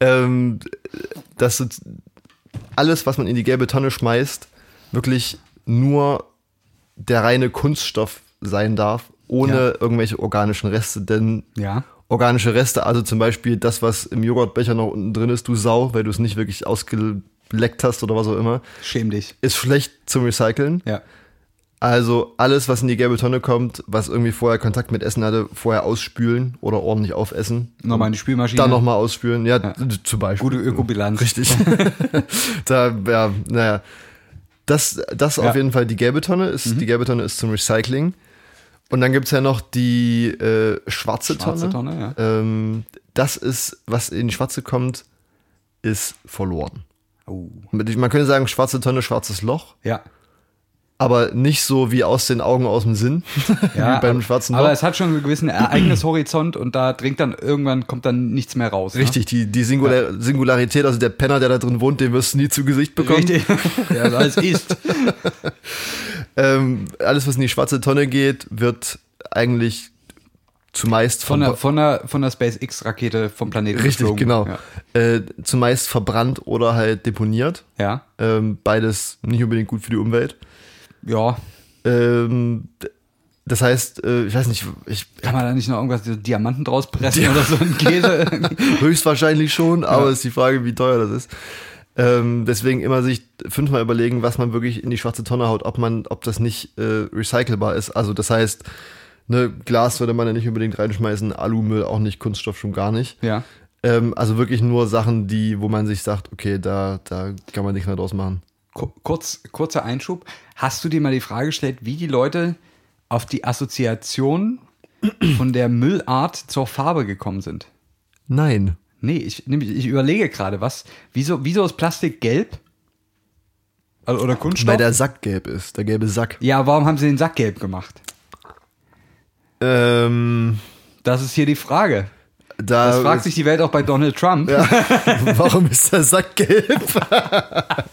[SPEAKER 1] ähm, dass so alles, was man in die gelbe Tonne schmeißt, wirklich nur der reine Kunststoff sein darf, ohne
[SPEAKER 2] Ja.
[SPEAKER 1] irgendwelche organischen Reste. Denn
[SPEAKER 2] Ja.
[SPEAKER 1] organische Reste, also zum Beispiel das, was im Joghurtbecher noch unten drin ist, du Sau, weil du es nicht wirklich ausgeleckt hast oder was auch immer,
[SPEAKER 2] Schäm dich.
[SPEAKER 1] ist schlecht zum Recyceln.
[SPEAKER 2] Ja.
[SPEAKER 1] Also alles, was in die gelbe Tonne kommt, was irgendwie vorher Kontakt mit Essen hatte, vorher ausspülen oder ordentlich aufessen.
[SPEAKER 2] Nochmal in die Spülmaschine.
[SPEAKER 1] Dann nochmal ausspülen, ja, d- zum Beispiel.
[SPEAKER 2] Gute Ökobilanz. <laughs>
[SPEAKER 1] Richtig. da, ja, naja. Das, das
[SPEAKER 2] Ja. Mhm.
[SPEAKER 1] auf jeden Fall die gelbe Tonne ist. Die gelbe Tonne ist zum Recycling. Und dann gibt es ja noch die äh, schwarze,
[SPEAKER 2] Schwarze
[SPEAKER 1] Tonne.
[SPEAKER 2] Tonne, ja.
[SPEAKER 1] Ähm, das ist, was in die schwarze kommt, ist verloren.
[SPEAKER 2] Oh.
[SPEAKER 1] Mit- Man könnte sagen, schwarze Tonne, schwarzes Loch,
[SPEAKER 2] Ja.
[SPEAKER 1] aber nicht so wie aus den Augen, aus dem Sinn. <laughs>
[SPEAKER 2] ja.
[SPEAKER 1] wie beim
[SPEAKER 2] aber-
[SPEAKER 1] schwarzen Loch.
[SPEAKER 2] Aber es hat schon einen gewissen Ereignishorizont und da dringt dann irgendwann kommt dann nichts mehr raus. Ne?
[SPEAKER 1] Richtig, die, die Singular Singularität, also der Penner, der da drin wohnt, den wirst du nie zu Gesicht bekommen.
[SPEAKER 2] Richtig. Ja, also alles ist.
[SPEAKER 1] Ähm, alles, was in die schwarze Tonne geht, wird eigentlich zumeist
[SPEAKER 2] <laughs> Von der,
[SPEAKER 1] verbra-
[SPEAKER 2] von der, von der SpaceX-Rakete vom Planeten.
[SPEAKER 1] Richtig,
[SPEAKER 2] geflogen.
[SPEAKER 1] genau.
[SPEAKER 2] Ja.
[SPEAKER 1] Äh, zumeist verbrannt oder halt deponiert.
[SPEAKER 2] ja.
[SPEAKER 1] Ähm, beides nicht unbedingt gut für die Umwelt.
[SPEAKER 2] Ja.
[SPEAKER 1] Ähm, d- das heißt, äh, ich weiß nicht, ich
[SPEAKER 2] Kann man da nicht noch irgendwas so Diamanten draus pressen oder so ein Käse?
[SPEAKER 1] <laughs> höchstwahrscheinlich schon, aber ist die Frage, wie teuer das ist. Ähm, deswegen immer sich fünfmal überlegen, was man wirklich in die schwarze Tonne haut, ob man, ob das nicht äh, recycelbar ist. Also das heißt, ne, Glas würde man ja nicht unbedingt reinschmeißen, Alumüll auch nicht, Kunststoff schon gar nicht.
[SPEAKER 2] ja.
[SPEAKER 1] Ähm, also wirklich nur Sachen, die, wo man sich sagt, okay, da, da kann man nichts mehr draus machen.
[SPEAKER 2] Ku- Kurz, kurzer Einschub. Hast du dir mal die Frage gestellt, wie die Leute auf die Assoziation von der Müllart zur Farbe gekommen sind?
[SPEAKER 1] Nein.
[SPEAKER 2] Nee, ich, nämlich- ich überlege gerade, was. Wieso, wieso ist Plastik gelb? Also, oder Kunststoff?
[SPEAKER 1] Weil der Sack gelb ist, der gelbe Sack.
[SPEAKER 2] ja, warum haben sie den Sack gelb gemacht?
[SPEAKER 1] Ähm,
[SPEAKER 2] Das ist hier die Frage.
[SPEAKER 1] da
[SPEAKER 2] Das fragt sich die Welt auch bei Donald
[SPEAKER 1] <laughs>
[SPEAKER 2] Trump.
[SPEAKER 1] Warum ist der Sack gelb?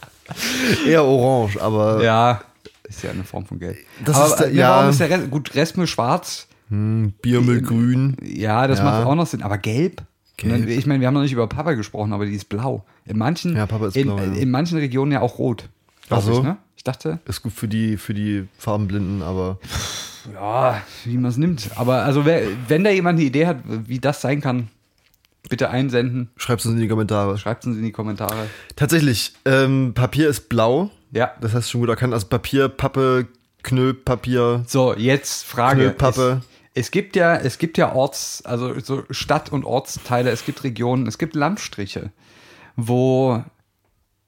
[SPEAKER 1] <laughs> Eher orange, aber
[SPEAKER 2] Ja, ist ja eine Form von Geld.
[SPEAKER 1] Das
[SPEAKER 2] Aber
[SPEAKER 1] ist der-
[SPEAKER 2] mir
[SPEAKER 1] ja.
[SPEAKER 2] warum ist der Rest, gut, Restmüll schwarz,
[SPEAKER 1] Biermüll grün.
[SPEAKER 2] ja, das
[SPEAKER 1] Ja.
[SPEAKER 2] macht auch noch Sinn, aber gelb?
[SPEAKER 1] Gelb.
[SPEAKER 2] Ich meine, wir haben noch nicht über Papa gesprochen, aber die ist blau. In manchen,
[SPEAKER 1] Ja, Papa ist
[SPEAKER 2] in,
[SPEAKER 1] blau, ja.
[SPEAKER 2] in manchen Regionen ja auch rot. Glaub
[SPEAKER 1] Ach so.
[SPEAKER 2] Ich, ne? ich dachte,
[SPEAKER 1] Ist gut für die, für die Farbenblinden, aber
[SPEAKER 2] ja, Ah, wie man es nimmt. Aber also, wer, wenn da jemand eine Idee hat, wie das sein kann, bitte einsenden.
[SPEAKER 1] schreib's uns in die Kommentare.
[SPEAKER 2] Schreibt es uns in die Kommentare.
[SPEAKER 1] Tatsächlich, ähm, Papier ist blau.
[SPEAKER 2] Ja.
[SPEAKER 1] Das hast du schon gut erkannt. Also Papier, Pappe, Knüllpapier.
[SPEAKER 2] So, jetzt Frage.
[SPEAKER 1] Knüllpappe.
[SPEAKER 2] Es, es gibt ja, es gibt ja Orts, also so Stadt- und Ortsteile, es gibt Regionen, es gibt Landstriche, wo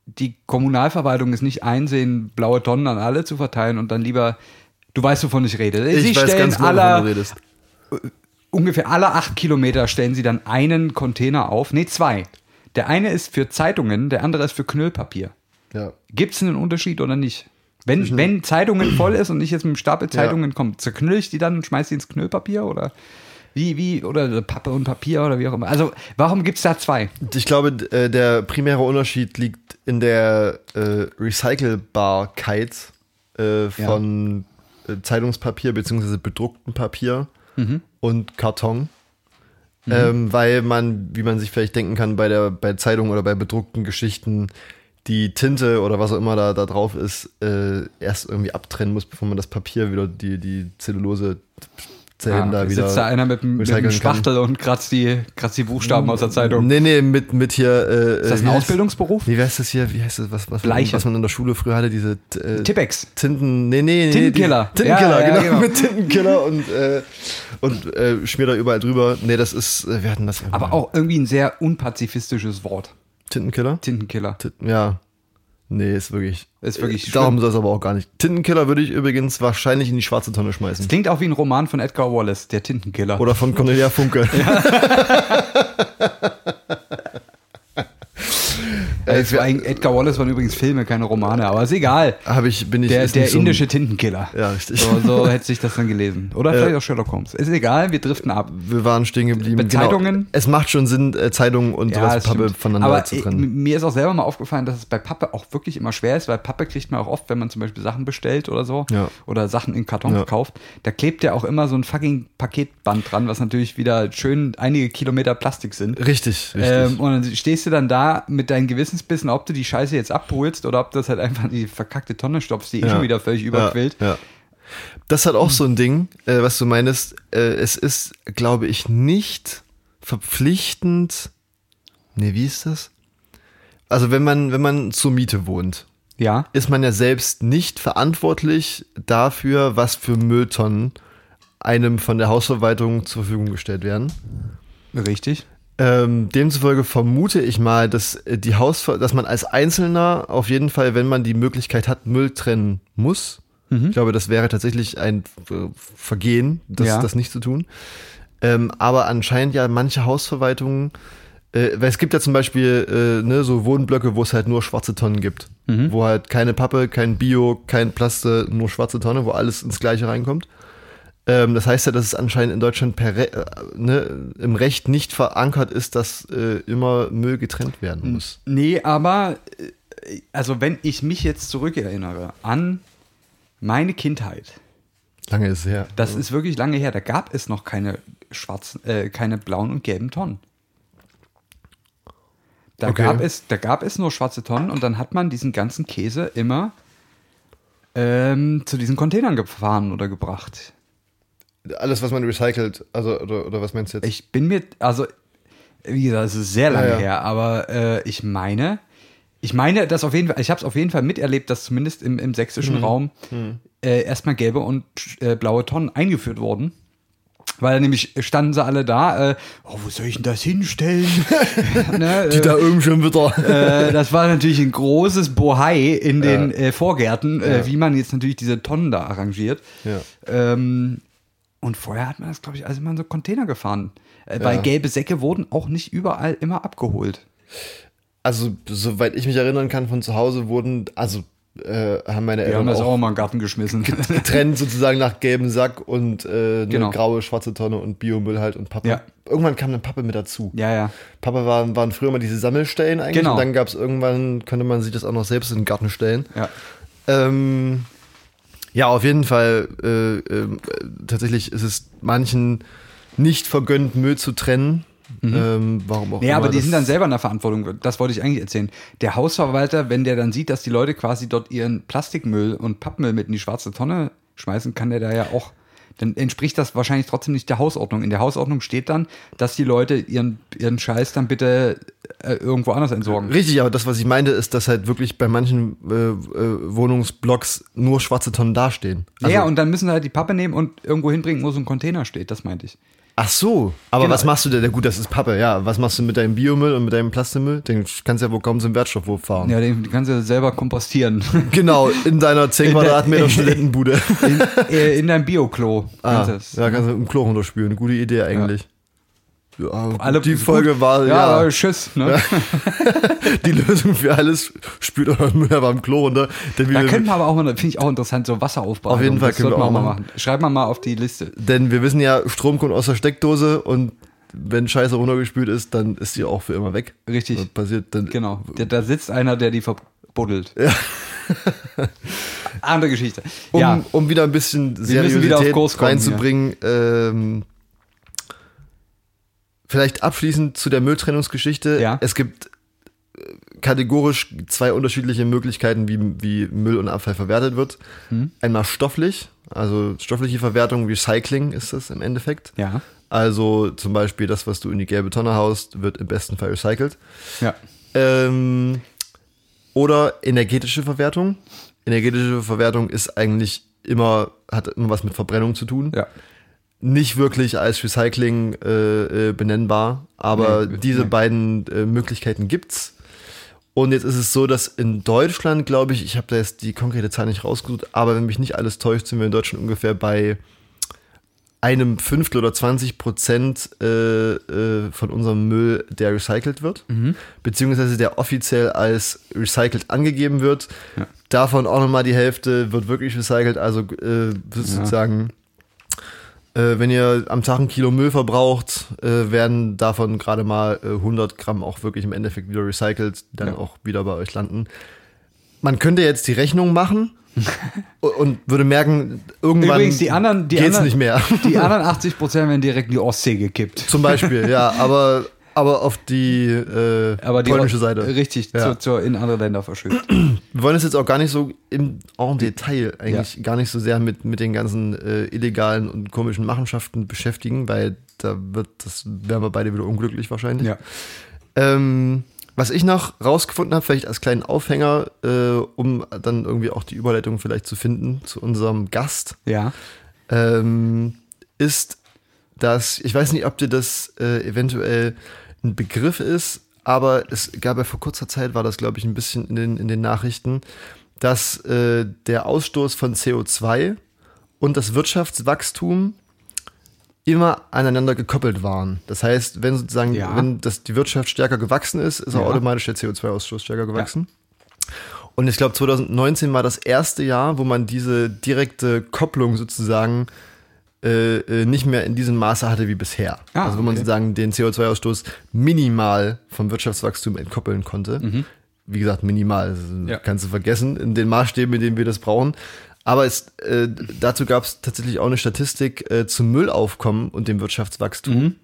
[SPEAKER 2] die Kommunalverwaltung es nicht einsehen, blaue Tonnen an alle zu verteilen und dann lieber, du weißt, wovon ich rede. sie
[SPEAKER 1] ich weiß
[SPEAKER 2] stellen
[SPEAKER 1] ganz genau, wovon du
[SPEAKER 2] aller,
[SPEAKER 1] redest.
[SPEAKER 2] ungefähr alle acht Kilometer stellen sie dann einen Container auf, nee, zwei. Der eine ist für Zeitungen, der andere ist für Knüllpapier.
[SPEAKER 1] Ja.
[SPEAKER 2] Gibt es einen Unterschied oder nicht? Wenn, wenn Zeitungen voll ist und ich jetzt mit einem Stapel Zeitungen komme, zerknüll ich die dann und schmeiß die ins Knüllpapier oder wie, wie, oder Pappe und Papier oder wie auch immer. Also, warum gibt es da zwei?
[SPEAKER 1] Ich glaube, d- äh, der primäre Unterschied liegt in der äh, Recycelbarkeit äh, von äh, Zeitungspapier bzw. bedrucktem Papier
[SPEAKER 2] Mhm.
[SPEAKER 1] und Karton. Ähm, weil man, wie man sich vielleicht denken kann, bei der bei Zeitungen oder bei bedruckten Geschichten die Tinte oder was auch immer da, da drauf ist, äh, erst irgendwie abtrennen muss, bevor man das Papier wieder, die, die Zellulose Zellen da wieder.
[SPEAKER 2] Ah, sitzt da einer mit, einem- mit einem
[SPEAKER 1] recyceln kann.
[SPEAKER 2] Spachtel und kratzt die, kratzt die Buchstaben aus der Zeitung.
[SPEAKER 1] Nee, nee, mit, mit hier. Äh,
[SPEAKER 2] Ist das ein Ausbildungsberuf?
[SPEAKER 1] Wie heißt das hier? Wie heißt das, was, was,
[SPEAKER 2] Bleiche.
[SPEAKER 1] was man in der Schule früher hatte? Diese t- äh,
[SPEAKER 2] Tippex.
[SPEAKER 1] Tinten. Nee, nee, nee.
[SPEAKER 2] Tintenkiller.
[SPEAKER 1] Die, Tintenkiller,
[SPEAKER 2] Ja, ja,
[SPEAKER 1] genau,
[SPEAKER 2] genau.
[SPEAKER 1] Mit Tintenkiller und, äh, und äh, schmier da überall drüber. Nee, das ist. äh, Wir hatten das. irgendwann.
[SPEAKER 2] Aber auch irgendwie ein sehr unpazifistisches Wort.
[SPEAKER 1] Tintenkiller?
[SPEAKER 2] Tintenkiller.
[SPEAKER 1] Tin- ja. Nee, ist wirklich.
[SPEAKER 2] Ist wirklich
[SPEAKER 1] äh, Darum soll es aber auch gar nicht. Tintenkiller würde ich übrigens wahrscheinlich in die schwarze Tonne
[SPEAKER 2] <laughs>
[SPEAKER 1] schmeißen.
[SPEAKER 2] Klingt auch wie ein Roman von Edgar Wallace, der Tintenkiller.
[SPEAKER 1] Oder von Cornelia Funke. <laughs>
[SPEAKER 2] äh, es war ein- Edgar Wallace waren übrigens Filme, keine Romane, aber ist egal.
[SPEAKER 1] Habe ich, bin ich.
[SPEAKER 2] Der,
[SPEAKER 1] ist
[SPEAKER 2] der
[SPEAKER 1] nicht so ein-
[SPEAKER 2] indische Tintenkiller.
[SPEAKER 1] Ja, Äh. richtig.
[SPEAKER 2] So, so <laughs> hätte sich das dann gelesen. Oder vielleicht auch Sherlock Holmes. Ist egal, wir driften ab.
[SPEAKER 1] Wir waren stehen geblieben. Genau.
[SPEAKER 2] Zeitungen?
[SPEAKER 1] Es macht schon Sinn, äh, Zeitungen und sowas
[SPEAKER 2] das
[SPEAKER 1] Pappe
[SPEAKER 2] stimmt.
[SPEAKER 1] voneinander
[SPEAKER 2] Aber
[SPEAKER 1] zu
[SPEAKER 2] äh,
[SPEAKER 1] trennen.
[SPEAKER 2] mir ist auch selber mal aufgefallen, dass es bei Pappe auch wirklich immer schwer ist, weil Pappe kriegt man auch oft, wenn man zum Beispiel Sachen bestellt oder so
[SPEAKER 1] Ja.
[SPEAKER 2] oder Sachen in Kartons
[SPEAKER 1] Ja.
[SPEAKER 2] kauft, da klebt ja auch immer so ein fucking Paketband dran, was natürlich wieder schön einige Kilometer Plastik sind.
[SPEAKER 1] Richtig, richtig.
[SPEAKER 2] Ähm, und dann stehst du dann da mit deinen Gewissensbissen, ob du die Scheiße jetzt abholst oder ob du das halt einfach in die verkackte Tonne stopfst, die eh
[SPEAKER 1] Ja.
[SPEAKER 2] schon wieder völlig überquillt.
[SPEAKER 1] Ja, ja. Das hat auch so ein Ding, äh, was du meinst. Äh, es ist, glaube ich, nicht verpflichtend. Nee, wie ist das? Also, wenn man, wenn man zur Miete wohnt,
[SPEAKER 2] ja.
[SPEAKER 1] ist man ja selbst nicht verantwortlich dafür, was für Mülltonnen einem von der Hausverwaltung zur Verfügung gestellt werden.
[SPEAKER 2] richtig.
[SPEAKER 1] Ähm, demzufolge vermute ich mal, dass äh, die Hausver dass man als Einzelner auf jeden Fall, wenn man die Möglichkeit hat, Müll trennen muss. Ich glaube, das wäre tatsächlich ein äh, Vergehen, das,
[SPEAKER 2] Ja.
[SPEAKER 1] das nicht zu tun. Ähm, aber anscheinend ja manche Hausverwaltungen, äh, weil es gibt ja zum Beispiel äh, ne, so Wohnblöcke, wo es halt nur schwarze Tonnen gibt. Wo halt keine Pappe, kein Bio, kein Plaste, nur schwarze Tonne, wo alles ins Gleiche reinkommt. Ähm, das heißt ja, dass es anscheinend in Deutschland per Re äh, ne, im Recht nicht verankert ist, dass äh, immer Müll getrennt
[SPEAKER 2] Hm.
[SPEAKER 1] werden muss.
[SPEAKER 2] Nee, aber äh, also wenn ich mich jetzt zurückerinnere an meine Kindheit,
[SPEAKER 1] Lange ist es her.
[SPEAKER 2] das ist wirklich lange her, da gab es noch keine schwarzen, äh, keine blauen und gelben Tonnen. Da,
[SPEAKER 1] Okay.
[SPEAKER 2] gab es, da gab es nur schwarze Tonnen und dann hat man diesen ganzen Käse immer ähm, zu diesen Containern gefahren oder gebracht.
[SPEAKER 1] Alles, was man recycelt, also oder, oder was meinst du jetzt?
[SPEAKER 2] Ich bin mir, also, wie gesagt, es ist sehr lange
[SPEAKER 1] Ja, ja.
[SPEAKER 2] her, aber äh, ich meine, ich meine, dass auf jeden Fall, ich habe es auf jeden Fall miterlebt, dass zumindest im, im sächsischen
[SPEAKER 1] Hm.
[SPEAKER 2] Raum äh, erstmal gelbe und äh, blaue Tonnen eingeführt wurden. Weil nämlich standen sie alle da, äh, oh, wo soll ich denn das hinstellen? ne, äh,
[SPEAKER 1] da irgendwie schon
[SPEAKER 2] <laughs>
[SPEAKER 1] wieder.
[SPEAKER 2] äh, das war natürlich ein großes Bohai in den äh, Vorgärten, äh, wie man jetzt natürlich diese Tonnen da arrangiert.
[SPEAKER 1] Ja.
[SPEAKER 2] Ähm, Und vorher hat man das, glaube ich, also immer in so Container gefahren. Äh, Weil gelbe Säcke wurden auch nicht überall immer abgeholt.
[SPEAKER 1] <laughs> Also, soweit ich mich erinnern kann, von zu Hause wurden, also äh, haben meine
[SPEAKER 2] Wir
[SPEAKER 1] Eltern
[SPEAKER 2] haben das
[SPEAKER 1] auch
[SPEAKER 2] auch <laughs> mal in den Garten geschmissen.
[SPEAKER 1] <laughs> getrennt sozusagen nach gelben Sack und äh, eine
[SPEAKER 2] Genau.
[SPEAKER 1] graue, schwarze Tonne und Biomüll halt und Pappe.
[SPEAKER 2] Ja.
[SPEAKER 1] Irgendwann kam dann Pappe mit dazu.
[SPEAKER 2] ja, ja.
[SPEAKER 1] Papa waren, waren früher mal diese Sammelstellen eigentlich
[SPEAKER 2] Genau.
[SPEAKER 1] und dann gab es irgendwann, konnte man sich das auch noch selbst in den Garten stellen.
[SPEAKER 2] Ja.
[SPEAKER 1] Ähm, ja, auf jeden Fall. Äh, ähm, äh, tatsächlich ist es manchen nicht vergönnt, Müll zu trennen. Ähm, warum auch
[SPEAKER 2] Mhm. Nee,
[SPEAKER 1] immer.
[SPEAKER 2] aber die
[SPEAKER 1] das-
[SPEAKER 2] sind dann selber in der Verantwortung. Das wollte ich eigentlich erzählen. Der Hausverwalter, wenn der dann sieht, dass die Leute quasi dort ihren Plastikmüll und Pappmüll mit in die schwarze Tonne schmeißen, kann der da ja auch. Dann entspricht das wahrscheinlich trotzdem nicht der Hausordnung. In der Hausordnung steht dann, dass die Leute ihren, ihren Scheiß dann bitte äh, irgendwo anders entsorgen.
[SPEAKER 1] Richtig, aber das, was ich meinte, ist, dass halt wirklich bei manchen äh, äh, Wohnungsblocks nur schwarze Tonnen dastehen. Also,
[SPEAKER 2] ja, und dann müssen sie halt die Pappe nehmen und irgendwo hinbringen, wo so ein Container steht. Das meinte ich.
[SPEAKER 1] ach so, aber
[SPEAKER 2] Genau.
[SPEAKER 1] was machst du denn? Ja, Gut, das ist Pappe, ja. Was machst du mit deinem Biomüll und mit deinem Plastikmüll? Den kannst du ja wohl kaum zum Wertstoffhof fahren.
[SPEAKER 2] Ja, den kannst du
[SPEAKER 1] <laughs>
[SPEAKER 2] selber kompostieren.
[SPEAKER 1] Genau, in deiner
[SPEAKER 2] <laughs>
[SPEAKER 1] 10 Quadratmeter Studentenbude.
[SPEAKER 2] In, äh, in deinem Bio-Klo.
[SPEAKER 1] Ah,
[SPEAKER 2] kannst du das.
[SPEAKER 1] ja, kannst du im Klo runterspülen. Gute Idee eigentlich. Ja. gut,
[SPEAKER 2] Alle-
[SPEAKER 1] die Folge war
[SPEAKER 2] Ja,
[SPEAKER 1] ja,
[SPEAKER 2] aber tschüss. Ne?
[SPEAKER 1] die Lösung für alles. Spült euren Müll aber im Klo runter. Denn
[SPEAKER 2] Da
[SPEAKER 1] wir,
[SPEAKER 2] könnten wir aber auch mal, finde ich auch interessant, so Wasseraufbereitung.
[SPEAKER 1] Auf jeden Fall
[SPEAKER 2] das
[SPEAKER 1] können wir
[SPEAKER 2] sollten
[SPEAKER 1] auch
[SPEAKER 2] mal
[SPEAKER 1] machen.
[SPEAKER 2] machen. Schreibt mal mal auf die Liste.
[SPEAKER 1] denn wir wissen ja, Strom kommt aus der Steckdose und wenn Scheiße runtergespült ist, dann ist die auch für immer weg.
[SPEAKER 2] Richtig.
[SPEAKER 1] Das passiert dann.
[SPEAKER 2] Genau. Da, da sitzt einer, der die verbuddelt. <laughs> Andere Geschichte.
[SPEAKER 1] Um,
[SPEAKER 2] ja.
[SPEAKER 1] um wieder ein bisschen
[SPEAKER 2] müssen wieder auf
[SPEAKER 1] Seriosität
[SPEAKER 2] Kurs kommen
[SPEAKER 1] reinzubringen. Ähm, vielleicht abschließend zu der Mülltrennungsgeschichte.
[SPEAKER 2] Ja.
[SPEAKER 1] Es gibt äh, kategorisch zwei unterschiedliche Möglichkeiten, wie, wie Müll und Abfall verwertet wird.
[SPEAKER 2] Hm.
[SPEAKER 1] Einmal stofflich, also stoffliche Verwertung, Recycling ist das im Endeffekt.
[SPEAKER 2] Ja.
[SPEAKER 1] Also zum Beispiel das, was du in die gelbe Tonne haust, wird im besten Fall recycelt.
[SPEAKER 2] Ja.
[SPEAKER 1] Ähm, oder energetische Verwertung. Energetische Verwertung ist eigentlich immer, hat immer was mit Verbrennung zu tun.
[SPEAKER 2] Ja.
[SPEAKER 1] Nicht wirklich als Recycling äh, äh, benennbar, aber
[SPEAKER 2] Nee,
[SPEAKER 1] diese
[SPEAKER 2] nee.
[SPEAKER 1] beiden äh, Möglichkeiten gibt's. Und jetzt ist es so, dass in Deutschland, glaube ich, ich habe da jetzt die konkrete Zahl nicht rausgesucht, aber wenn mich nicht alles täuscht, sind wir in Deutschland ungefähr bei einem Fünftel oder 20 Prozent äh, äh, von unserem Müll, der recycelt wird,
[SPEAKER 2] Mhm.
[SPEAKER 1] beziehungsweise der offiziell als recycelt angegeben wird.
[SPEAKER 2] Ja.
[SPEAKER 1] Davon auch nochmal die Hälfte wird wirklich recycelt, also äh, das ist
[SPEAKER 2] Ja.
[SPEAKER 1] sozusagen, äh, wenn ihr am Tag ein Kilo Müll verbraucht, äh, werden davon gerade mal äh, 100 Gramm auch wirklich im Endeffekt wieder recycelt, dann
[SPEAKER 2] Ja.
[SPEAKER 1] auch wieder bei euch landen. Man könnte jetzt die Rechnung
[SPEAKER 2] <laughs>
[SPEAKER 1] machen und würde merken, irgendwann
[SPEAKER 2] Übrigens, die anderen- die
[SPEAKER 1] geht's
[SPEAKER 2] anderen-
[SPEAKER 1] nicht mehr. <laughs>
[SPEAKER 2] Die anderen 80 Prozent werden direkt in die Ostsee gekippt.
[SPEAKER 1] Zum Beispiel, ja, aber, aber auf die, äh,
[SPEAKER 2] Aber die
[SPEAKER 1] polnische
[SPEAKER 2] Os-
[SPEAKER 1] Seite.
[SPEAKER 2] Richtig,
[SPEAKER 1] Ja.
[SPEAKER 2] zur, zur in andere Länder verschüttet.
[SPEAKER 1] <clears throat> Wir wollen es jetzt auch gar nicht so im en Detail eigentlich gar nicht so sehr mit, mit den ganzen äh, illegalen und komischen Machenschaften beschäftigen, weil da wird das wären wir beide wieder unglücklich wahrscheinlich.
[SPEAKER 2] ja.
[SPEAKER 1] Ähm, was ich noch rausgefunden habe, vielleicht als kleinen Aufhänger, äh, um dann irgendwie auch die Überleitung vielleicht zu finden zu unserem Gast,
[SPEAKER 2] Ja.
[SPEAKER 1] ähm, ist, dass, ich weiß nicht, ob dir das äh, eventuell ein Begriff ist, aber es gab ja vor kurzer Zeit, war das, glaube ich, ein bisschen in den, in den Nachrichten, dass äh, der Ausstoß von CO2 und das Wirtschaftswachstum immer aneinander gekoppelt waren. Das heißt, wenn sozusagen,
[SPEAKER 2] Ja.
[SPEAKER 1] wenn das, die Wirtschaft stärker gewachsen ist, ist auch
[SPEAKER 2] Ja.
[SPEAKER 1] automatisch der CO2-Ausstoß stärker gewachsen. Und ich glaube, 2019 war das erste Jahr, wo man diese direkte Kopplung sozusagen äh, äh, nicht mehr in diesem Maße hatte wie bisher.
[SPEAKER 2] Ah,
[SPEAKER 1] also wo man
[SPEAKER 2] okay.
[SPEAKER 1] sozusagen den CO2-Ausstoß minimal vom Wirtschaftswachstum entkoppeln konnte. Wie gesagt, minimal, das
[SPEAKER 2] Mhm. Ja.
[SPEAKER 1] kannst du vergessen, in den Maßstäben, in denen wir das brauchen. Aber es, äh, dazu gab es tatsächlich auch eine Statistik äh, zum Müllaufkommen und dem Wirtschaftswachstum.
[SPEAKER 2] Mhm.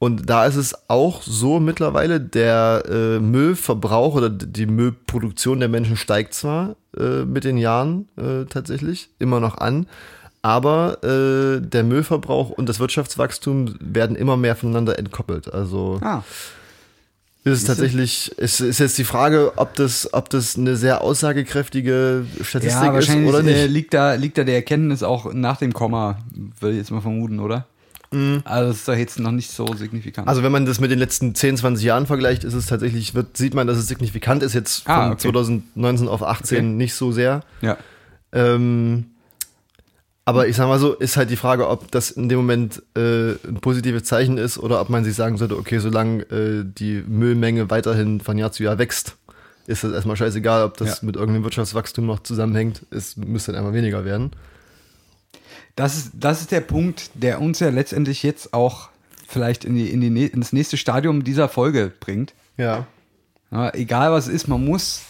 [SPEAKER 1] Und da ist es auch so mittlerweile, der äh, Müllverbrauch oder d- die Müllproduktion der Menschen steigt zwar äh, mit den Jahren äh, tatsächlich immer noch an, aber äh, der Müllverbrauch und das Wirtschaftswachstum werden immer mehr voneinander entkoppelt. Also
[SPEAKER 2] Ah.
[SPEAKER 1] ist es tatsächlich, ist, ist jetzt die Frage, ob das, ob das eine sehr aussagekräftige Statistik
[SPEAKER 2] Ja,
[SPEAKER 1] ist
[SPEAKER 2] wahrscheinlich
[SPEAKER 1] oder
[SPEAKER 2] Äh,
[SPEAKER 1] nicht.
[SPEAKER 2] liegt, da, liegt da der Erkenntnis auch nach dem Komma, würde ich jetzt mal vermuten, oder? Also das ist doch jetzt noch nicht so signifikant.
[SPEAKER 1] Mhm. Also wenn man das mit den letzten 10, 20 Jahren vergleicht, ist es tatsächlich, wird, sieht man, dass es signifikant ist, jetzt von
[SPEAKER 2] Ah, okay.
[SPEAKER 1] 2019 auf 18
[SPEAKER 2] Okay.
[SPEAKER 1] nicht so sehr.
[SPEAKER 2] ja.
[SPEAKER 1] Ähm, Aber ich sag mal so, ist halt die Frage, ob das in dem Moment äh, ein positives Zeichen ist oder ob man sich sagen sollte, okay, solange äh, die Müllmenge weiterhin von Jahr zu Jahr wächst, ist das erstmal scheißegal, ob das
[SPEAKER 2] Ja.
[SPEAKER 1] mit irgendeinem Wirtschaftswachstum noch zusammenhängt. Es müsste dann einmal weniger werden.
[SPEAKER 2] Das ist, das ist der Punkt, der uns ja letztendlich jetzt auch vielleicht in, die, in, die, nä- in das nächste Stadium dieser Folge bringt.
[SPEAKER 1] Ja.
[SPEAKER 2] Ja, egal was es ist, man muss,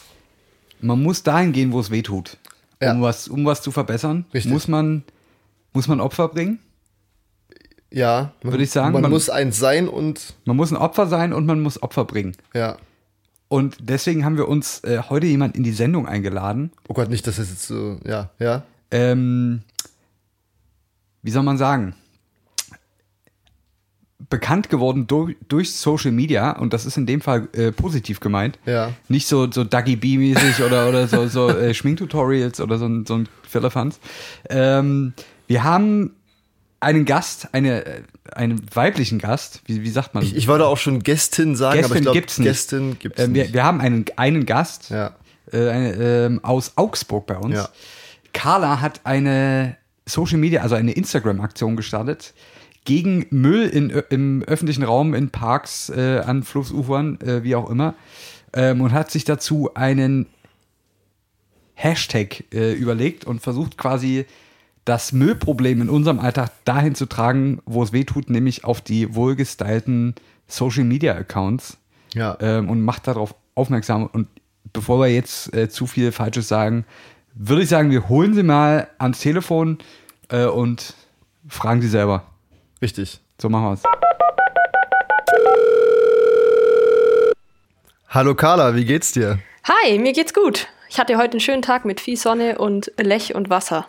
[SPEAKER 2] man muss dahin gehen, wo es weh tut.
[SPEAKER 1] Ja.
[SPEAKER 2] Um, was, um was zu verbessern,
[SPEAKER 1] Richtig.
[SPEAKER 2] muss man, muss man Opfer bringen.
[SPEAKER 1] Ja. man-
[SPEAKER 2] Würde ich sagen,
[SPEAKER 1] Man,
[SPEAKER 2] man-
[SPEAKER 1] muss eins sein und
[SPEAKER 2] Man muss ein Opfer sein und man muss Opfer bringen.
[SPEAKER 1] ja.
[SPEAKER 2] Und deswegen haben wir uns äh, heute jemand in die Sendung eingeladen.
[SPEAKER 1] Oh Gott, nicht, dass das jetzt so, ja, ja.
[SPEAKER 2] ähm, wie soll man sagen, bekannt geworden durch, durch Social Media und das ist in dem Fall äh, positiv gemeint.
[SPEAKER 1] Ja.
[SPEAKER 2] Nicht so, so Dougie B-mäßig oder, oder so, so äh, Schminktutorials oder so, ein- so ein Firlefanz. Ähm, wir haben einen Gast, eine, äh, einen weiblichen Gast, wie, wie sagt man?
[SPEAKER 1] Ich, ich wollte auch schon Gästin sagen, aber ich
[SPEAKER 2] Gästin
[SPEAKER 1] glaube,
[SPEAKER 2] gibt's nicht.
[SPEAKER 1] Gästin gibt's
[SPEAKER 2] Ähm, wir,
[SPEAKER 1] nicht.
[SPEAKER 2] wir haben einen, einen Gast
[SPEAKER 1] Ja.
[SPEAKER 2] äh, eine, ähm, aus Augsburg bei uns.
[SPEAKER 1] Ja.
[SPEAKER 2] Carla hat eine Social Media, also eine Instagram-Aktion gestartet gegen Müll in, Ö- im öffentlichen Raum, in Parks, äh, an Flussufern, äh, wie auch immer. Ähm, und hat sich dazu einen Hashtag äh, überlegt und versucht quasi das Müllproblem in unserem Alltag dahin zu tragen, wo es weh tut, nämlich auf die wohlgestylten Social Media Accounts
[SPEAKER 1] Ja.
[SPEAKER 2] ähm, und macht darauf aufmerksam. Und bevor wir jetzt äh, zu viel Falsches sagen, würde ich sagen, wir holen sie mal ans Telefon äh, und fragen sie selber.
[SPEAKER 1] Richtig.
[SPEAKER 2] So machen wir es.
[SPEAKER 1] Hallo Carla, wie geht's dir?
[SPEAKER 3] Hi, mir geht's gut. Ich hatte heute einen schönen Tag mit viel Sonne und Lech und Wasser.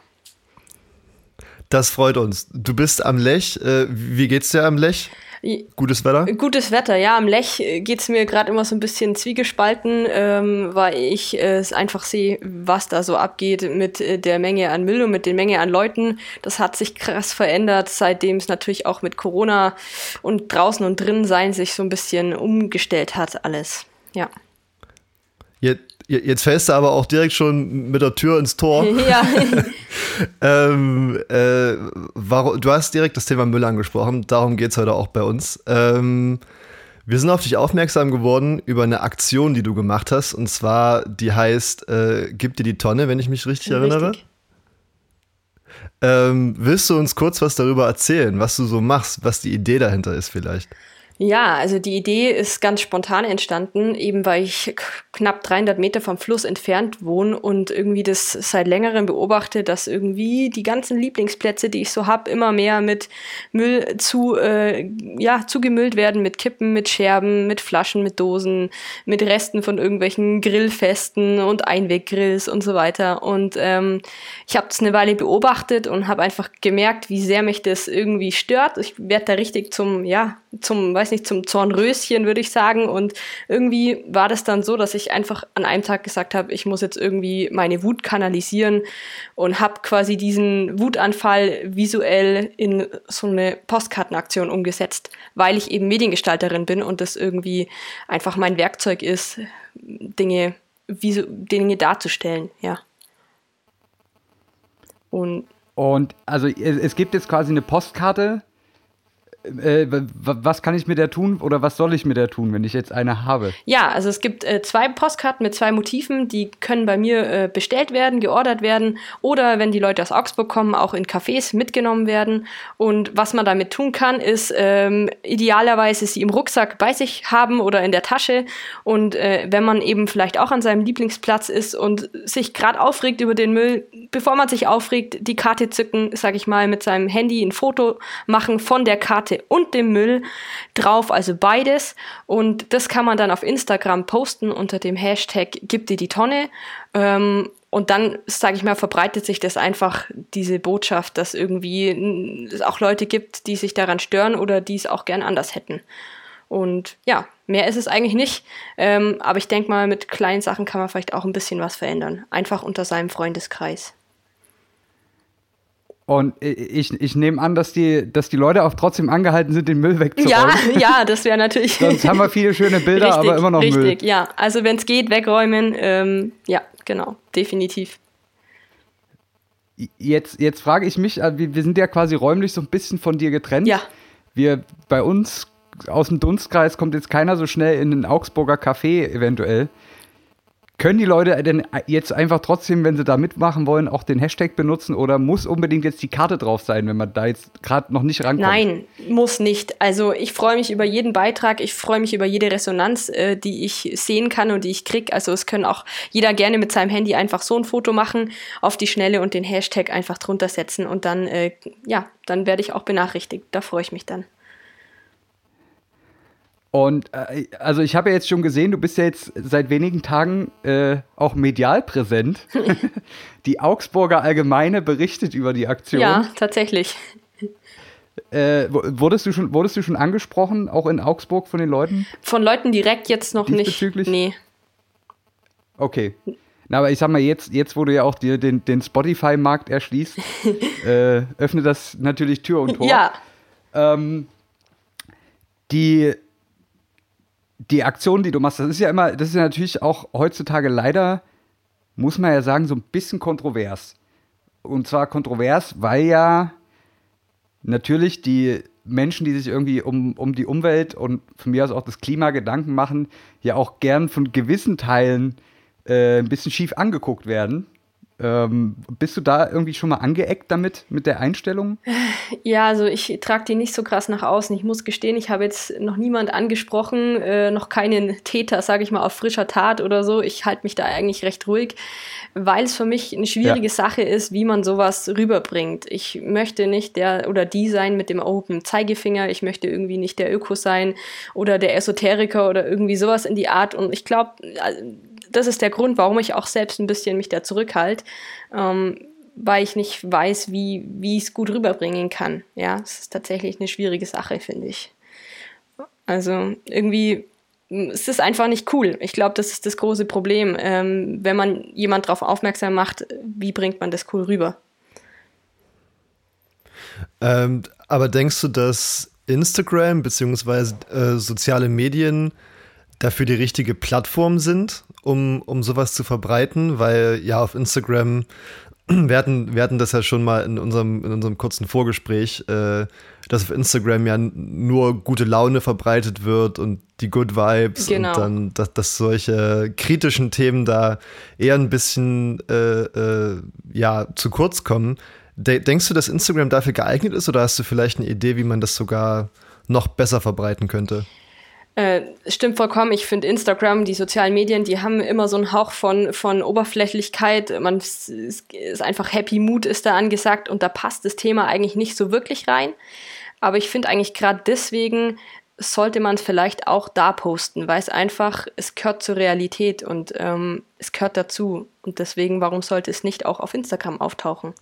[SPEAKER 1] Das freut uns. Du bist am Lech. Äh, wie geht's dir am Lech?
[SPEAKER 3] I-
[SPEAKER 1] Gutes Wetter?
[SPEAKER 3] Gutes Wetter, ja. Am Lech äh, geht's mir gerade immer so ein bisschen zwiegespalten, ähm, weil ich äh, es einfach sehe, was da so abgeht mit äh, der Menge an Müll und mit der Menge an Leuten. Das hat sich krass verändert, seitdem es natürlich auch mit Corona und draußen und drinnen sein sich so ein bisschen umgestellt hat alles. Ja.
[SPEAKER 1] Jetzt, jetzt fällst du aber auch direkt schon mit der Tür ins Tor.
[SPEAKER 3] <laughs> Ja,
[SPEAKER 1] ähm, äh, warum, du hast direkt das Thema Müll angesprochen. Darum geht's heute auch bei uns. Ähm, wir sind auf dich aufmerksam geworden über eine Aktion, die du gemacht hast. Und zwar, die heißt äh, Gib dir die Tonne, wenn ich mich richtig erinnere.
[SPEAKER 3] richtig.
[SPEAKER 1] Ähm, willst du uns kurz was darüber erzählen, was du so machst, was die Idee dahinter ist vielleicht?
[SPEAKER 3] Ja, also die Idee ist ganz spontan entstanden, eben weil ich k- knapp 300 Meter vom Fluss entfernt wohne und irgendwie das seit längerem beobachte, dass irgendwie die ganzen Lieblingsplätze, die ich so hab, immer mehr mit Müll zu, äh, ja, zugemüllt werden, mit Kippen, mit Scherben, mit Flaschen, mit Dosen, mit Resten von irgendwelchen Grillfesten und Einweggrills und so weiter. Und ähm, ich habe das eine Weile beobachtet und habe einfach gemerkt, wie sehr mich das irgendwie stört. Ich werde da richtig zum, ja, zum, weiß nicht, zum Zornröschen, würde ich sagen. Und irgendwie war das dann so, dass ich einfach an einem Tag gesagt habe, ich muss jetzt irgendwie meine Wut kanalisieren und habe quasi diesen Wutanfall visuell in so eine Postkartenaktion umgesetzt, weil ich eben Mediengestalterin bin und das irgendwie einfach mein Werkzeug ist, Dinge, visu Dinge darzustellen, ja. Und
[SPEAKER 2] Und also es, es gibt jetzt quasi eine Postkarte. Äh, w- w- was kann ich mit der tun oder was soll ich mit der tun, wenn ich jetzt eine habe?
[SPEAKER 3] Ja, also es gibt äh, zwei Postkarten mit zwei Motiven, die können bei mir äh, bestellt werden, geordert werden oder wenn die Leute aus Augsburg kommen, auch in Cafés mitgenommen werden. Und was man damit tun kann, ist ähm, idealerweise sie im Rucksack bei sich haben oder in der Tasche. Und äh, wenn man eben vielleicht auch an seinem Lieblingsplatz ist und sich gerade aufregt über den Müll, bevor man sich aufregt, die Karte zücken, sag ich mal, mit seinem Handy ein Foto machen von der Karte und dem Müll drauf, also beides. Und das kann man dann auf Instagram posten unter dem Hashtag Gib dir die Tonne. Ähm, und dann, sage ich mal, verbreitet sich das einfach, diese Botschaft, dass irgendwie n, es auch Leute gibt, die sich daran stören oder die es auch gern anders hätten. Und ja, mehr ist es eigentlich nicht. Ähm, aber ich denke mal, mit kleinen Sachen kann man vielleicht auch ein bisschen was verändern. Einfach unter seinem Freundeskreis.
[SPEAKER 2] Und äh, ich, ich nehme an, dass die, dass die Leute auch trotzdem angehalten sind, den Müll wegzuräumen.
[SPEAKER 3] Ja, <laughs> ja, das wäre natürlich. <laughs>
[SPEAKER 2] Sonst haben wir viele schöne Bilder,
[SPEAKER 3] richtig,
[SPEAKER 2] aber immer noch
[SPEAKER 3] richtig,
[SPEAKER 2] Müll.
[SPEAKER 3] ja. Also wenn es geht, wegräumen. Ähm, ja, genau, definitiv.
[SPEAKER 2] Jetzt, jetzt frage ich mich, äh, wir, wir sind ja quasi räumlich so ein bisschen von dir getrennt.
[SPEAKER 3] Ja.
[SPEAKER 2] Wir, bei uns aus dem Dunstkreis kommt jetzt keiner so schnell in den Augsburger Café eventuell. Können die Leute denn jetzt einfach trotzdem, wenn sie da mitmachen wollen, auch den Hashtag benutzen oder muss unbedingt jetzt die Karte drauf sein, wenn man da jetzt gerade noch nicht rankommt?
[SPEAKER 3] Nein, muss nicht. Also ich freue mich über jeden Beitrag, ich freue mich über jede Resonanz, äh, die ich sehen kann und die ich kriege. Also es können auch jeder gerne mit seinem Handy einfach so ein Foto machen, auf die Schnelle und den Hashtag einfach drunter setzen und dann, äh, ja, dann werde ich auch benachrichtigt. Da freue ich mich dann.
[SPEAKER 2] Und äh, also ich habe ja jetzt schon gesehen, du bist ja jetzt seit wenigen Tagen äh, auch medial
[SPEAKER 3] <laughs>
[SPEAKER 2] präsent. die Augsburger Allgemeine berichtet über die Aktion.
[SPEAKER 3] Ja, tatsächlich.
[SPEAKER 2] Äh, w- wurdest, du schon, wurdest du schon angesprochen, auch in Augsburg von den Leuten?
[SPEAKER 3] Von Leuten direkt jetzt noch nicht.
[SPEAKER 2] Diesbezüglich?
[SPEAKER 3] Nee.
[SPEAKER 2] Okay. Na, aber ich sag mal, jetzt, jetzt wo du ja auch dir den, den Spotify-Markt erschließt, äh, öffnet das natürlich Tür und Tor.
[SPEAKER 3] Ja,
[SPEAKER 2] Ähm, die, die Aktion, die du machst, das ist ja immer, das ist ja natürlich auch heutzutage leider, muss man ja sagen, so ein bisschen kontrovers. Und zwar kontrovers, weil ja natürlich die Menschen, die sich irgendwie um, um die Umwelt und von mir aus auch das Klima Gedanken machen, ja auch gern von gewissen Teilen äh, ein bisschen schief angeguckt werden. Ähm, bist du da irgendwie schon mal angeeckt damit, mit der Einstellung?
[SPEAKER 3] Ja, also ich trage die nicht so krass nach außen. Ich muss gestehen, ich habe jetzt noch niemand angesprochen, äh, noch keinen Täter, sage ich mal, auf frischer Tat oder so. Ich halte mich da eigentlich recht ruhig, weil es für mich eine schwierige Sache ist, wie man sowas rüberbringt. Ich möchte nicht der oder die sein mit dem open Zeigefinger. Ich möchte irgendwie nicht der Öko sein oder der Esoteriker oder irgendwie sowas in die Art. Und ich glaube, das ist der Grund, warum ich auch selbst ein bisschen mich da zurückhalte. Ähm, weil ich nicht weiß, wie, wie ich es gut rüberbringen kann. Ja, es ist tatsächlich eine schwierige Sache, finde ich. Also irgendwie m, es ist einfach nicht cool. Ich glaube, das ist das große Problem, ähm, wenn man jemand darauf aufmerksam macht, wie bringt man das cool rüber.
[SPEAKER 1] Ähm, aber denkst du, dass Instagram beziehungsweise äh, soziale Medien dafür die richtige Plattform sind, um, um sowas zu verbreiten? Weil ja, auf Instagram, <clears throat> wir hatten, wir hatten das ja schon mal in unserem, in unserem kurzen Vorgespräch, äh, dass auf Instagram ja n- nur gute Laune verbreitet wird und die Good Vibes
[SPEAKER 3] Genau.
[SPEAKER 1] und dann, dass, dass solche kritischen Themen da eher ein bisschen äh, äh, ja, zu kurz kommen. De denkst du, dass Instagram dafür geeignet ist oder hast du vielleicht eine Idee, wie man das sogar noch besser verbreiten könnte?
[SPEAKER 3] Äh, stimmt vollkommen. Ich finde Instagram, die sozialen Medien, die haben immer so einen Hauch von, von Oberflächlichkeit. Man s- s- ist einfach Happy Mood ist da angesagt und da passt das Thema eigentlich nicht so wirklich rein. Aber ich finde eigentlich gerade deswegen sollte man es vielleicht auch da posten, weil es einfach, es gehört zur Realität und ähm, es gehört dazu. Und deswegen, warum sollte es nicht auch auf Instagram auftauchen?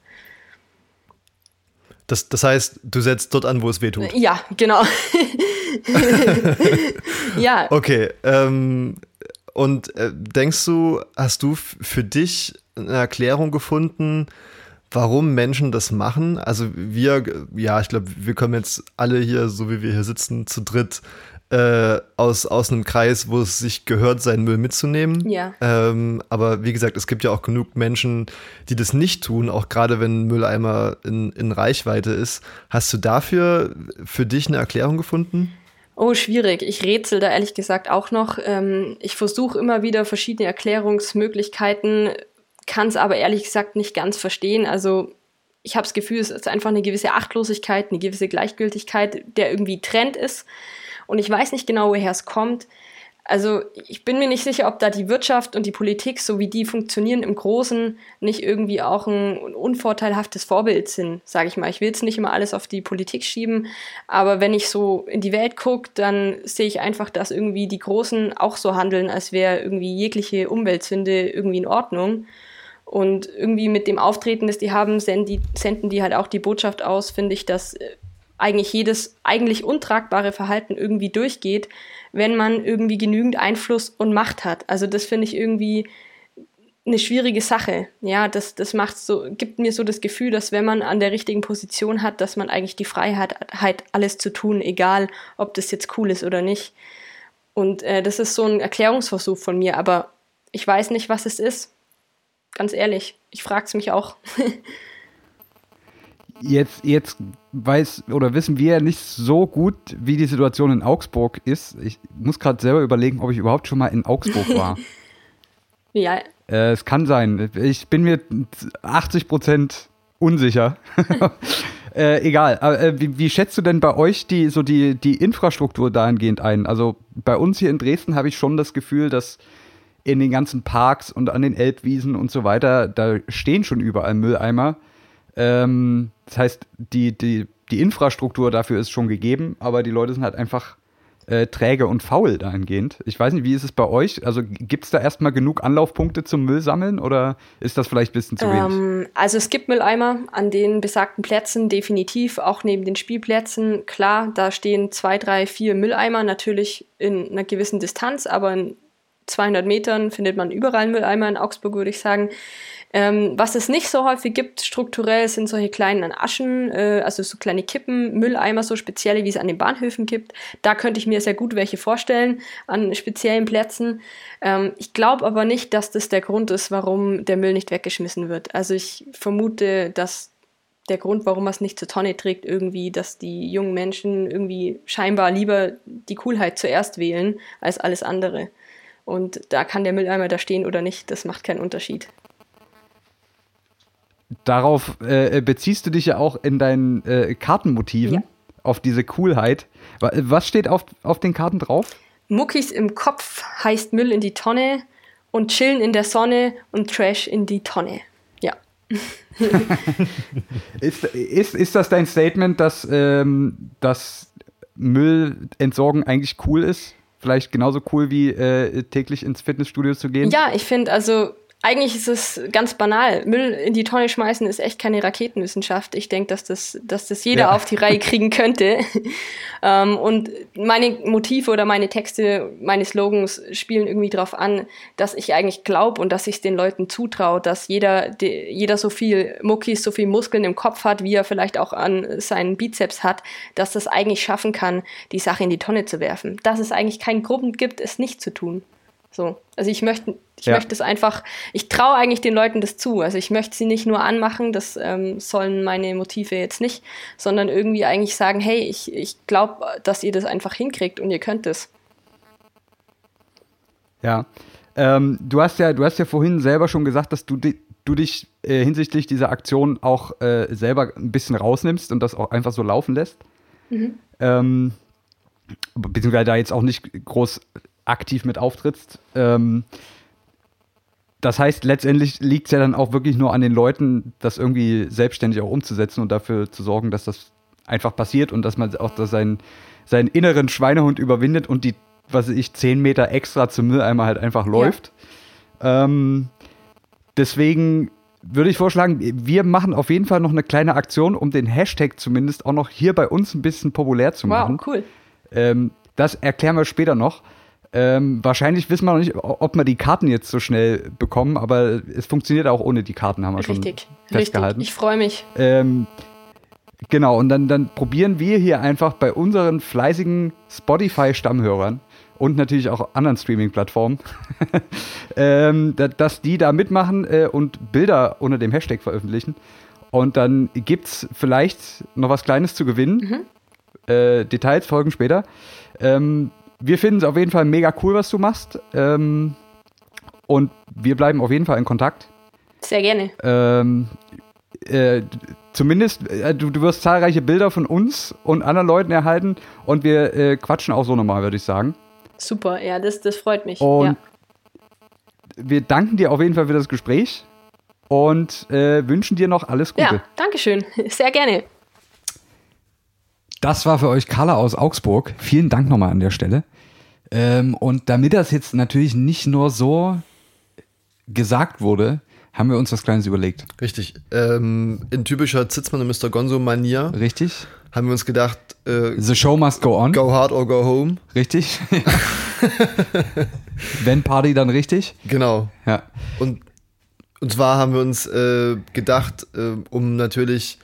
[SPEAKER 1] Das, das heißt, du setzt dort an, wo es weh tut.
[SPEAKER 3] Ja, genau. ja,
[SPEAKER 1] Okay, ähm, und äh, denkst du, hast du f- für dich eine Erklärung gefunden, warum Menschen das machen? Also wir, g- ja, ich glaube, wir kommen jetzt alle hier, so wie wir hier sitzen, zu dritt äh, aus, aus einem Kreis, wo es sich gehört, seinen Müll mitzunehmen.
[SPEAKER 3] Ja.
[SPEAKER 1] Ähm, aber wie gesagt, es gibt ja auch genug Menschen, die das nicht tun, auch gerade wenn ein Mülleimer in, in Reichweite ist. Hast du dafür für dich eine Erklärung gefunden?
[SPEAKER 3] Oh, schwierig. Ich rätsel da ehrlich gesagt auch noch. Ähm, ich versuche immer wieder verschiedene Erklärungsmöglichkeiten, kann es aber ehrlich gesagt nicht ganz verstehen. Also ich habe das Gefühl, es ist einfach eine gewisse Achtlosigkeit, eine gewisse Gleichgültigkeit, der irgendwie Trend ist. Und ich weiß nicht genau, woher es kommt. Also ich bin mir nicht sicher, ob da die Wirtschaft und die Politik, so wie die funktionieren im Großen, nicht irgendwie auch ein unvorteilhaftes Vorbild sind, sage ich mal. Ich will jetzt nicht immer alles auf die Politik schieben, aber wenn ich so in die Welt gucke, dann sehe ich einfach, dass irgendwie die Großen auch so handeln, als wäre irgendwie jegliche Umweltsünde irgendwie in Ordnung. Und irgendwie mit dem Auftreten, das die haben, senden die, senden die halt auch die Botschaft aus, finde ich, dass äh, eigentlich jedes eigentlich untragbare Verhalten irgendwie durchgeht, wenn man irgendwie genügend Einfluss und Macht hat. Also das finde ich irgendwie eine schwierige Sache. Ja, das, das macht so, gibt mir so das Gefühl, dass wenn man an der richtigen Position hat, dass man eigentlich die Freiheit hat, alles zu tun, egal ob das jetzt cool ist oder nicht. Und äh, das ist so ein Erklärungsversuch von mir, aber ich weiß nicht, was es ist. Ganz ehrlich, ich frage es mich auch.
[SPEAKER 2] jetzt, jetzt weiß oder wissen wir nicht so gut, wie die Situation in Augsburg ist. Ich muss gerade selber überlegen, ob ich überhaupt schon mal in Augsburg war.
[SPEAKER 3] Ja,
[SPEAKER 2] äh, es kann sein. Ich bin mir 80 Prozent unsicher. äh, egal. Aber, äh, wie, wie schätzt du denn bei euch die, so die, die Infrastruktur dahingehend ein? Also bei uns hier in Dresden habe ich schon das Gefühl, dass in den ganzen Parks und an den Elbwiesen und so weiter, da stehen schon überall Mülleimer. Ähm, das heißt, die, die, die Infrastruktur dafür ist schon gegeben, aber die Leute sind halt einfach äh, träge und faul dahingehend. Ich weiß nicht, wie ist es bei euch? Also gibt es da erstmal genug Anlaufpunkte zum Müllsammeln oder ist das vielleicht ein bisschen zu wenig?
[SPEAKER 3] ähm, also es gibt Mülleimer an den besagten Plätzen, definitiv, auch neben den Spielplätzen. Klar, da stehen zwei, drei, vier Mülleimer, natürlich in einer gewissen Distanz, aber in 200 Metern findet man überall einen Mülleimer in Augsburg, würde ich sagen. Ähm, was es nicht so häufig gibt, strukturell, sind solche kleinen Aschen, äh, also so kleine Kippen, Mülleimer, so spezielle, wie es an den Bahnhöfen gibt. Da könnte ich mir sehr gut welche vorstellen, an speziellen Plätzen. Ähm, ich glaube aber nicht, dass das der Grund ist, warum der Müll nicht weggeschmissen wird. Also ich vermute, dass der Grund, warum man es nicht zur Tonne trägt, irgendwie, dass die jungen Menschen irgendwie scheinbar lieber die Coolheit zuerst wählen als alles andere. Und da kann der Mülleimer da stehen oder nicht, das macht keinen Unterschied.
[SPEAKER 2] Darauf äh, beziehst du dich ja auch in deinen äh, Kartenmotiven,
[SPEAKER 3] Ja.
[SPEAKER 2] auf diese Coolheit. Wa- Was steht auf, auf den Karten drauf?
[SPEAKER 3] Muckis im Kopf heißt Müll in die Tonne und Chillen in der Sonne und Trash in die Tonne. Ja.
[SPEAKER 2] Ist, ist, ist das dein Statement, dass, ähm, dass Müllentsorgen eigentlich cool ist? Vielleicht genauso cool wie äh, täglich ins Fitnessstudio zu gehen?
[SPEAKER 3] Ja, ich finde, also eigentlich ist es ganz banal. Müll in die Tonne schmeißen ist echt keine Raketenwissenschaft. Ich denke, dass das, dass das jeder
[SPEAKER 2] Ja.
[SPEAKER 3] auf die Reihe kriegen könnte. ähm, und meine Motive oder meine Texte, meine Slogans spielen irgendwie darauf an, dass ich eigentlich glaube und dass ich es den Leuten zutraue, dass jeder, de, jeder so viel Muckis, so viel Muskeln im Kopf hat, wie er vielleicht auch an seinen Bizeps hat, dass das eigentlich schaffen kann, die Sache in die Tonne zu werfen. Dass es eigentlich keinen Grund gibt, es nicht zu tun. So. Also ich möchte, ich
[SPEAKER 2] Ja.
[SPEAKER 3] möchte es einfach, ich traue eigentlich den Leuten das zu. Also ich möchte sie nicht nur anmachen, das ähm, sollen meine Motive jetzt nicht, sondern irgendwie eigentlich sagen, hey, ich, ich glaube, dass ihr das einfach hinkriegt und ihr könnt es.
[SPEAKER 2] Ja. Ähm, du, hast ja du hast ja vorhin selber schon gesagt, dass du, di du dich äh, hinsichtlich dieser Aktion auch äh, selber ein bisschen rausnimmst und das auch einfach so laufen lässt. Ähm, be- beziehungsweise da jetzt auch nicht groß aktiv mit auftrittst. Ähm, das heißt, letztendlich liegt es ja dann auch wirklich nur an den Leuten, das irgendwie selbstständig auch umzusetzen und dafür zu sorgen, dass das einfach passiert und dass man auch da seinen, seinen inneren Schweinehund überwindet und die, was weiß ich, 10 Meter extra zum Mülleimer halt einfach läuft. Ähm, deswegen würde ich vorschlagen, wir machen auf jeden Fall noch eine kleine Aktion, um den Hashtag zumindest auch noch hier bei uns ein bisschen populär zu
[SPEAKER 3] Wow,
[SPEAKER 2] machen.
[SPEAKER 3] cool.
[SPEAKER 2] Ähm, das erklären wir später noch. Ähm, wahrscheinlich wissen wir noch nicht, o- ob wir die Karten jetzt so schnell bekommen, aber es funktioniert auch ohne die Karten, haben wir
[SPEAKER 3] Richtig,
[SPEAKER 2] schon
[SPEAKER 3] richtig.
[SPEAKER 2] festgehalten.
[SPEAKER 3] Ich freue mich.
[SPEAKER 2] Ähm, genau, und dann, dann probieren wir hier einfach bei unseren fleißigen Spotify-Stammhörern und natürlich auch anderen Streaming-Plattformen, <laughs> ähm, da, dass die da mitmachen äh, und Bilder unter dem Hashtag veröffentlichen. Und dann gibt es vielleicht noch was Kleines zu gewinnen. Äh, Details folgen später. Ähm, wir finden es auf jeden Fall mega cool, was du machst. Ähm, und wir bleiben auf jeden Fall in Kontakt.
[SPEAKER 3] Sehr gerne.
[SPEAKER 2] Ähm, äh, zumindest, äh, du, du wirst zahlreiche Bilder von uns und anderen Leuten erhalten und wir äh, quatschen auch so nochmal, würde ich sagen.
[SPEAKER 3] Super, ja, das, das freut mich.
[SPEAKER 2] Und
[SPEAKER 3] ja.
[SPEAKER 2] wir danken dir auf jeden Fall für das Gespräch und äh, wünschen dir noch alles Gute.
[SPEAKER 3] ja, Dankeschön. <laughs> Sehr gerne.
[SPEAKER 2] Das war für euch Carla aus Augsburg. Vielen Dank nochmal an der Stelle. Ähm, und damit das jetzt natürlich nicht nur so gesagt wurde, haben wir uns was Kleines überlegt.
[SPEAKER 1] Richtig. Ähm, in typischer Zitzmann und Mr. Gonzo-Manier
[SPEAKER 2] Richtig?
[SPEAKER 1] haben wir uns gedacht, äh,
[SPEAKER 2] The show must go on.
[SPEAKER 1] go hard or go home.
[SPEAKER 2] Richtig?
[SPEAKER 1] <laughs>
[SPEAKER 2] Wenn Party, dann richtig?
[SPEAKER 1] Genau.
[SPEAKER 2] Ja.
[SPEAKER 1] Und, und zwar haben wir uns äh, gedacht, äh, um natürlich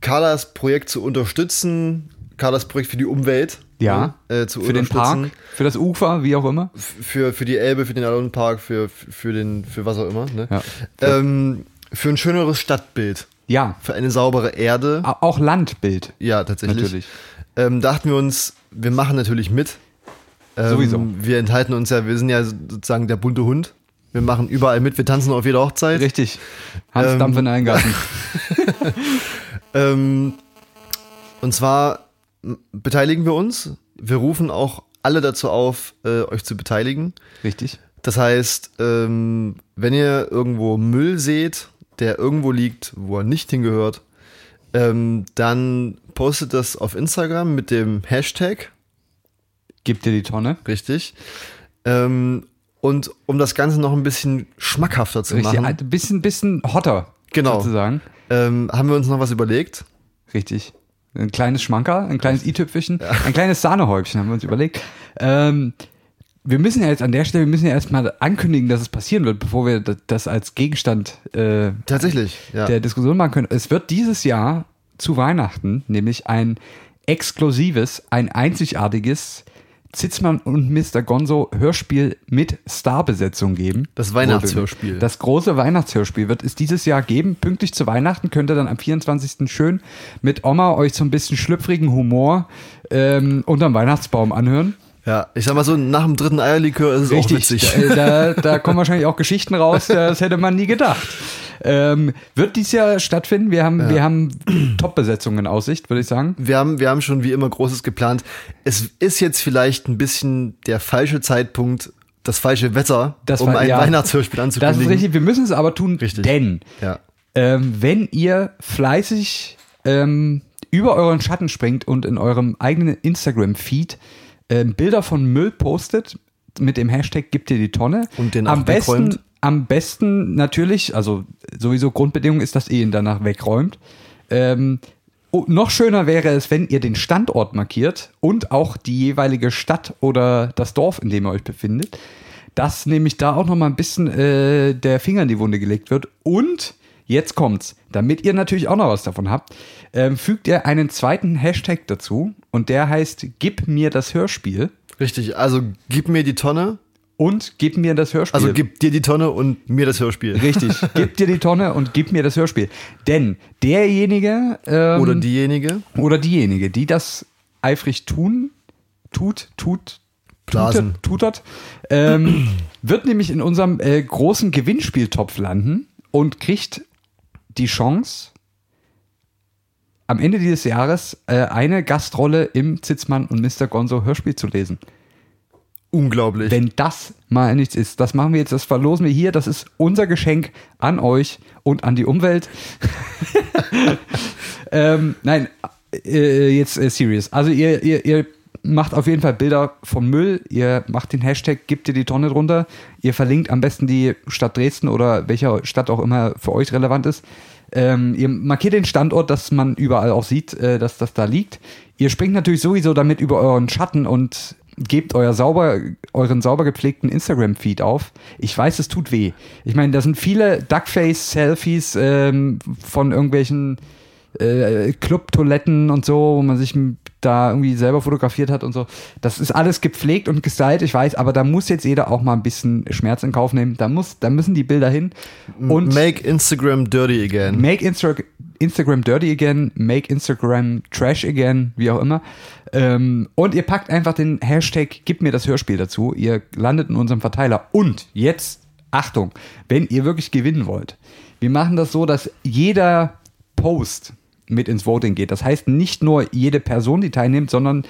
[SPEAKER 1] Carlas Projekt zu unterstützen, Carlas Projekt für die Umwelt
[SPEAKER 2] Ja.
[SPEAKER 1] äh, zu
[SPEAKER 2] Für den
[SPEAKER 1] unterstützen.
[SPEAKER 2] Park, für das Ufer, wie auch immer.
[SPEAKER 1] F- Für, für die Elbe, für den Alonenpark, für, für, den, für was auch immer. Ne?
[SPEAKER 2] Ja.
[SPEAKER 1] Ähm, für ein schöneres Stadtbild.
[SPEAKER 2] Ja,
[SPEAKER 1] für eine saubere Erde.
[SPEAKER 2] au- auch Landbild.
[SPEAKER 1] Ja, tatsächlich.
[SPEAKER 2] Natürlich.
[SPEAKER 1] Ähm, dachten wir uns, wir machen natürlich mit. Ähm,
[SPEAKER 2] Sowieso.
[SPEAKER 1] Wir enthalten uns ja, wir sind ja sozusagen der bunte Hund. Wir machen überall mit, wir tanzen auf jeder Hochzeit.
[SPEAKER 2] Richtig. Hans
[SPEAKER 1] Ähm,
[SPEAKER 2] Dampf in allen Gassen.
[SPEAKER 1] Ähm, und zwar m, beteiligen wir uns. Wir rufen auch alle dazu auf, äh, euch zu beteiligen.
[SPEAKER 2] Richtig.
[SPEAKER 1] Das heißt, ähm, wenn ihr irgendwo Müll seht, der irgendwo liegt, wo er nicht hingehört, ähm, dann postet das auf Instagram mit dem Hashtag,
[SPEAKER 2] Gib dir die Tonne.
[SPEAKER 1] richtig. Ähm, und um das Ganze noch ein bisschen schmackhafter zu
[SPEAKER 2] Richtig.
[SPEAKER 1] machen,
[SPEAKER 2] Ein bisschen, bisschen hotter.
[SPEAKER 1] Genau.
[SPEAKER 2] Sozusagen.
[SPEAKER 1] ähm, haben wir uns noch was überlegt.
[SPEAKER 2] Richtig. Ein kleines Schmanker, ein kleines i-Tüpfelchen, ein kleines Sahnehäubchen haben wir uns überlegt. Ähm, wir müssen ja jetzt an der Stelle, wir müssen ja erstmal ankündigen, dass es passieren wird, bevor wir da- das als Gegenstand äh,
[SPEAKER 1] Tatsächlich, ja.
[SPEAKER 2] der Diskussion machen können. Es wird dieses Jahr zu Weihnachten nämlich ein exklusives, ein einzigartiges Zitzmann und Mr. Gonzo Hörspiel mit Starbesetzung geben.
[SPEAKER 1] Das Weihnachtshörspiel.
[SPEAKER 2] Das große Weihnachtshörspiel wird es dieses Jahr geben. Pünktlich zu Weihnachten könnt ihr dann am 24. schön mit Oma euch so ein bisschen schlüpfrigen Humor ähm, unterm Weihnachtsbaum anhören.
[SPEAKER 1] ja. Ich sag mal so, nach dem dritten Eierlikör ist es auch witzig.
[SPEAKER 2] Da, da, da kommen wahrscheinlich auch Geschichten raus, das hätte man nie gedacht. Ähm, wird dies Jahr stattfinden? Wir haben, wir haben Top-Besetzungen in Aussicht, würde ich sagen.
[SPEAKER 1] wir haben, wir haben schon wie immer Großes geplant. Es ist jetzt vielleicht ein bisschen der falsche Zeitpunkt, das falsche Wetter,
[SPEAKER 2] Das
[SPEAKER 1] um
[SPEAKER 2] war-
[SPEAKER 1] ein
[SPEAKER 2] ja.
[SPEAKER 1] Weihnachtshörspiel anzukündigen.
[SPEAKER 2] Das ist richtig, wir müssen es aber tun,
[SPEAKER 1] Richtig.
[SPEAKER 2] denn
[SPEAKER 1] Ja.
[SPEAKER 2] ähm, wenn ihr fleißig ähm, über euren Schatten springt und in eurem eigenen Instagram-Feed ähm, Bilder von Müll postet mit dem Hashtag gibt ihr die Tonne
[SPEAKER 1] Und den auch
[SPEAKER 2] am besten
[SPEAKER 1] wegräumt.
[SPEAKER 2] am besten natürlich, also sowieso Grundbedingung ist, dass ihr ihn danach wegräumt. Ähm, oh, noch schöner wäre es, wenn ihr den Standort markiert und auch die jeweilige Stadt oder das Dorf, in dem ihr euch befindet, dass nämlich da auch noch mal ein bisschen äh, der Finger in die Wunde gelegt wird. Und jetzt kommt's, damit ihr natürlich auch noch was davon habt, ähm, fügt ihr einen zweiten Hashtag dazu und der heißt Gib mir das Hörspiel
[SPEAKER 1] Richtig, also gib mir die Tonne,
[SPEAKER 2] und Gib mir das Hörspiel.
[SPEAKER 1] also gib dir die Tonne und mir das Hörspiel.
[SPEAKER 2] Richtig. <laughs> Gib dir die Tonne und gib mir das Hörspiel. Denn derjenige ähm,
[SPEAKER 1] Oder diejenige.
[SPEAKER 2] oder diejenige, die das eifrig tun, tut, tut,
[SPEAKER 1] Blasen.
[SPEAKER 2] tutert, tutert ähm, wird nämlich in unserem äh, großen Gewinnspieltopf landen und kriegt die Chance, am Ende dieses Jahres äh, eine Gastrolle im Zitzmann und Mr. Gonzo Hörspiel zu lesen.
[SPEAKER 1] Unglaublich.
[SPEAKER 2] Wenn das mal nichts ist, das machen wir jetzt, das verlosen wir hier. Das ist unser Geschenk an euch und an die Umwelt. ähm, nein, äh, jetzt äh, serious. Also ihr, ihr, ihr macht auf jeden Fall Bilder vom Müll, ihr macht den Hashtag, gebt ihr die Tonne drunter, ihr verlinkt am besten die Stadt Dresden oder welcher Stadt auch immer für euch relevant ist. Ähm, ihr markiert den Standort, dass man überall auch sieht, äh, dass das da liegt. Ihr springt natürlich sowieso damit über euren Schatten und gebt euer sauber, euren sauber gepflegten Instagram-Feed auf. Ich weiß, es tut weh. Ich meine, da sind viele Duckface-Selfies ähm, von irgendwelchen äh, Clubtoiletten und so, wo man sich m- da irgendwie selber fotografiert hat und so. Das ist alles gepflegt und gestylt, ich weiß, aber da muss jetzt jeder auch mal ein bisschen Schmerz in Kauf nehmen. Da, muss, da müssen die Bilder hin. Und
[SPEAKER 1] Make Instagram dirty again.
[SPEAKER 2] Make Insta Instagram dirty again, make Instagram trash again, wie auch immer. Ähm, und ihr packt einfach den Hashtag gib mir das Hörspiel dazu. Ihr landet in unserem Verteiler. Und jetzt, Achtung, wenn ihr wirklich gewinnen wollt, wir machen das so, dass jeder Post mit ins Voting geht. Das heißt, nicht nur jede Person, die teilnimmt, sondern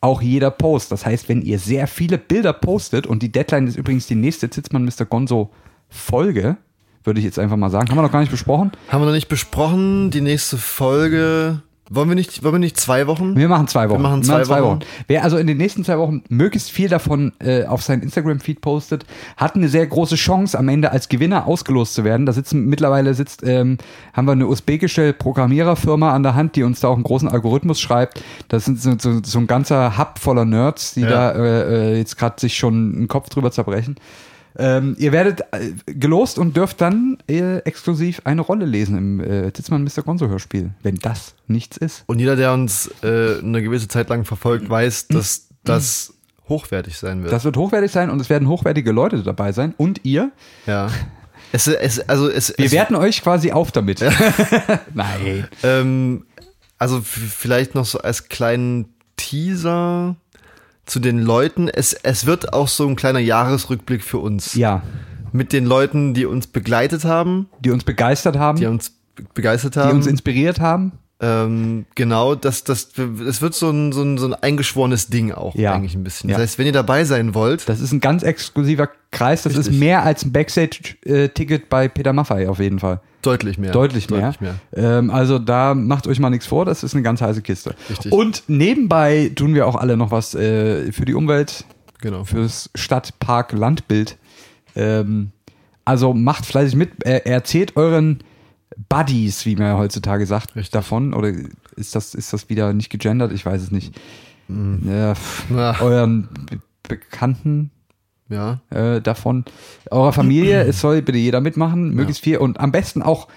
[SPEAKER 2] auch jeder Post. Das heißt, wenn ihr sehr viele Bilder postet, und die Deadline ist übrigens die nächste Zitzmann Mr. Gonzo Folge, würde ich jetzt einfach mal sagen. Haben wir noch gar nicht besprochen.
[SPEAKER 1] Haben wir noch nicht besprochen. Die nächste Folge. Wollen wir nicht, wollen wir nicht zwei Wochen?
[SPEAKER 2] Wir machen zwei Wochen.
[SPEAKER 1] Mhm. machen zwei Wochen.
[SPEAKER 2] Wer also in den nächsten zwei Wochen möglichst viel davon äh, auf seinen Instagram-Feed postet, hat eine sehr große Chance, am Ende als Gewinner ausgelost zu werden. Da sitzen mittlerweile sitzt, ähm, haben wir eine usbekische Programmiererfirma an der Hand, die uns da auch einen großen Algorithmus schreibt. Das sind so, so, so ein ganzer Hub voller Nerds, die da
[SPEAKER 1] Ja.
[SPEAKER 2] äh, äh, jetzt gerade sich schon einen Kopf drüber zerbrechen. Ähm, ihr werdet äh, gelost und dürft dann äh, exklusiv eine Rolle lesen im äh, Titzmann Mr. Gonzo Hörspiel, wenn das nichts ist.
[SPEAKER 1] Und jeder, der uns äh, eine gewisse Zeit lang verfolgt, weiß, dass das hochwertig sein wird.
[SPEAKER 2] Das wird hochwertig sein und es werden hochwertige Leute dabei sein. Und ihr
[SPEAKER 1] ja. Es, es, also es,
[SPEAKER 2] Wir
[SPEAKER 1] es,
[SPEAKER 2] werten euch quasi auf damit. <laughs> Nein.
[SPEAKER 1] Ähm, also f- vielleicht noch so als kleinen Teaser zu den Leuten. Es, es wird auch so ein kleiner Jahresrückblick für uns.
[SPEAKER 2] Ja,
[SPEAKER 1] Mit den Leuten, die uns begleitet haben,
[SPEAKER 2] die uns begeistert haben,
[SPEAKER 1] die
[SPEAKER 2] die
[SPEAKER 1] uns be- begeistert haben.
[SPEAKER 2] uns inspiriert haben.
[SPEAKER 1] ähm, genau, das, das, es wird so ein, so, ein, so ein eingeschworenes Ding auch
[SPEAKER 2] Ja.
[SPEAKER 1] eigentlich ein bisschen.
[SPEAKER 2] Ja.
[SPEAKER 1] Das heißt, wenn ihr dabei sein wollt,
[SPEAKER 2] Das ist ein ganz exklusiver Kreis. Das ist
[SPEAKER 1] Richtig.
[SPEAKER 2] mehr als ein Backstage-Ticket bei Peter Maffay auf jeden Fall.
[SPEAKER 1] deutlich mehr.
[SPEAKER 2] Deutlich mehr. Ähm, also da macht euch mal nichts vor, das ist eine ganz heiße Kiste.
[SPEAKER 1] Richtig.
[SPEAKER 2] Und nebenbei tun wir auch alle noch was äh, für die Umwelt,
[SPEAKER 1] Genau.
[SPEAKER 2] fürs Stadt-Park-Landbild. Ähm, also macht fleißig mit, äh, erzählt euren Buddies, wie man ja heutzutage sagt, davon. Oder ist das, ist das wieder nicht gegendert? Ich weiß es nicht. Ja, pff,
[SPEAKER 1] Ach.
[SPEAKER 2] euren Be- Bekannten,
[SPEAKER 1] Ja.
[SPEAKER 2] äh, davon. Eurer Familie, es soll bitte jeder mitmachen, möglichst viel und am besten auch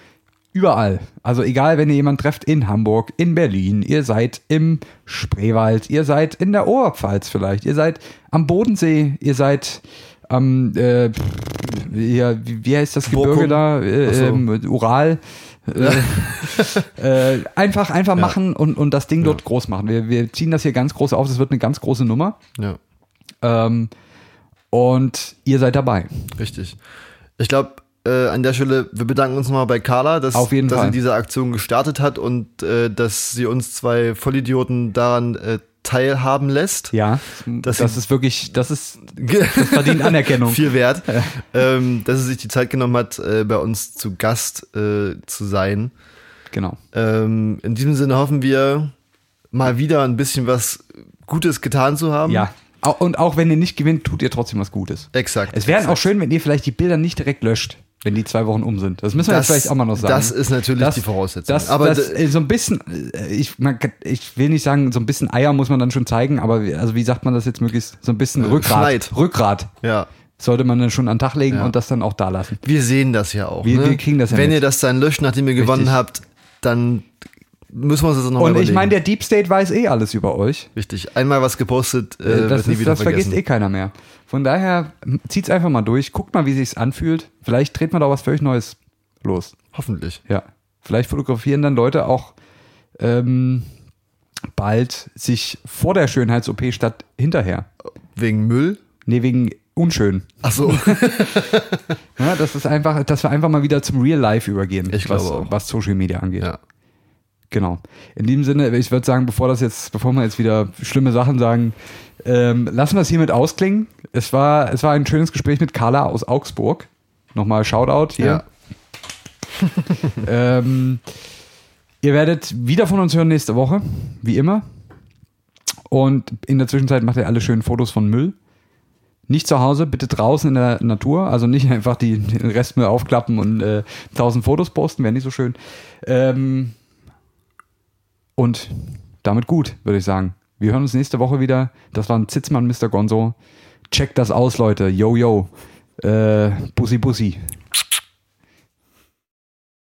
[SPEAKER 2] überall. Also egal, wenn ihr jemanden trefft in Hamburg, in Berlin, ihr seid im Spreewald, ihr seid in der Oberpfalz vielleicht, ihr seid am Bodensee, ihr seid am, äh, pff, ja, wie, wie heißt das Gebirge
[SPEAKER 1] Borkum?
[SPEAKER 2] da? Äh,
[SPEAKER 1] Ach so.
[SPEAKER 2] ähm,
[SPEAKER 1] <laughs>
[SPEAKER 2] Ural. Äh, äh, einfach einfach machen und, und das Ding dort groß machen. Wir, wir ziehen das hier ganz groß auf, das wird eine ganz große Nummer.
[SPEAKER 1] Ja.
[SPEAKER 2] Ähm, und ihr seid dabei.
[SPEAKER 1] Richtig. Ich glaube, äh, an der Stelle, wir bedanken uns nochmal bei Carla, dass,
[SPEAKER 2] Auf jeden
[SPEAKER 1] dass
[SPEAKER 2] Fall.
[SPEAKER 1] sie diese Aktion gestartet hat und äh, dass sie uns zwei Vollidioten daran äh, teilhaben lässt.
[SPEAKER 2] Ja,
[SPEAKER 1] Das
[SPEAKER 2] das,
[SPEAKER 1] sind-
[SPEAKER 2] ist wirklich, das ist
[SPEAKER 1] Ja.
[SPEAKER 2] verdient Anerkennung.
[SPEAKER 1] <laughs> Viel wert, ähm, dass sie sich die Zeit genommen hat, äh, bei uns zu Gast äh, zu sein.
[SPEAKER 2] genau.
[SPEAKER 1] Ähm, in diesem Sinne hoffen wir, mal wieder ein bisschen was Gutes getan zu haben.
[SPEAKER 2] Ja. Au- Und auch wenn ihr nicht gewinnt, tut ihr trotzdem was Gutes.
[SPEAKER 1] Exakt.
[SPEAKER 2] Es wäre auch schön, wenn ihr vielleicht die Bilder nicht direkt löscht, wenn die zwei Wochen um sind. Das müssen wir
[SPEAKER 1] Das-
[SPEAKER 2] jetzt vielleicht auch mal noch sagen.
[SPEAKER 1] das ist natürlich die Voraussetzung.
[SPEAKER 2] Das,
[SPEAKER 1] Aber
[SPEAKER 2] aber
[SPEAKER 1] d-
[SPEAKER 2] das, äh, so ein bisschen, äh, ich, man, kann- ich will nicht sagen, so ein bisschen Eier muss man dann schon zeigen, aber wie- also wie sagt man das jetzt möglichst? So ein bisschen Rückgrat.
[SPEAKER 1] Äh, Schneid.
[SPEAKER 2] Rückgrat
[SPEAKER 1] Ja.
[SPEAKER 2] sollte man dann schon an den Tag legen
[SPEAKER 1] Ja.
[SPEAKER 2] und das dann auch da lassen.
[SPEAKER 1] Wir sehen das ja auch.
[SPEAKER 2] Wir-
[SPEAKER 1] ne?
[SPEAKER 2] wir kriegen das ja
[SPEAKER 1] Wenn
[SPEAKER 2] mit.
[SPEAKER 1] ihr das dann löscht, nachdem ihr gewonnen
[SPEAKER 2] Richtig.
[SPEAKER 1] habt, dann müssen wir uns das nochmal
[SPEAKER 2] Und
[SPEAKER 1] überlegen.
[SPEAKER 2] ich meine, der Deep State weiß eh alles über euch.
[SPEAKER 1] Richtig. Einmal was gepostet, äh,
[SPEAKER 2] das,
[SPEAKER 1] wird nie
[SPEAKER 2] ist,
[SPEAKER 1] wieder
[SPEAKER 2] das
[SPEAKER 1] vergessen.
[SPEAKER 2] vergisst eh keiner mehr. Von daher m, zieht's einfach mal durch, guckt mal, wie sich's anfühlt. Vielleicht dreht man da was völlig Neues los.
[SPEAKER 1] Hoffentlich.
[SPEAKER 2] Ja. Vielleicht fotografieren dann Leute auch ähm, bald sich vor der Schönheits-OP statt hinterher.
[SPEAKER 1] Wegen Müll?
[SPEAKER 2] Nee, wegen unschön. <laughs>
[SPEAKER 1] Achso.
[SPEAKER 2] Ja, das ist einfach, dass wir einfach mal wieder zum Real Life übergehen,
[SPEAKER 1] Ich
[SPEAKER 2] was,
[SPEAKER 1] glaube auch.
[SPEAKER 2] was Social Media angeht.
[SPEAKER 1] ja.
[SPEAKER 2] Genau. In diesem Sinne, ich würde sagen, bevor das jetzt, bevor wir jetzt wieder schlimme Sachen sagen, ähm, lassen wir es hiermit ausklingen. Es war, es war ein schönes Gespräch mit Carla aus Augsburg. Nochmal Shoutout hier. <laughs> Ähm, ihr werdet wieder von uns hören nächste Woche, wie immer. Und in der Zwischenzeit macht ihr alle schönen Fotos von Müll. Nicht zu Hause, bitte draußen in der Natur. Also nicht einfach die, den Restmüll aufklappen und äh, tausend Fotos posten, wäre nicht so schön. Ähm, und damit gut, würde ich sagen. Wir hören uns nächste Woche wieder. Das war ein Zitzmann, Mr. Gonzo. Checkt das aus, Leute. Yo, yo. Äh, Bussi, Bussi.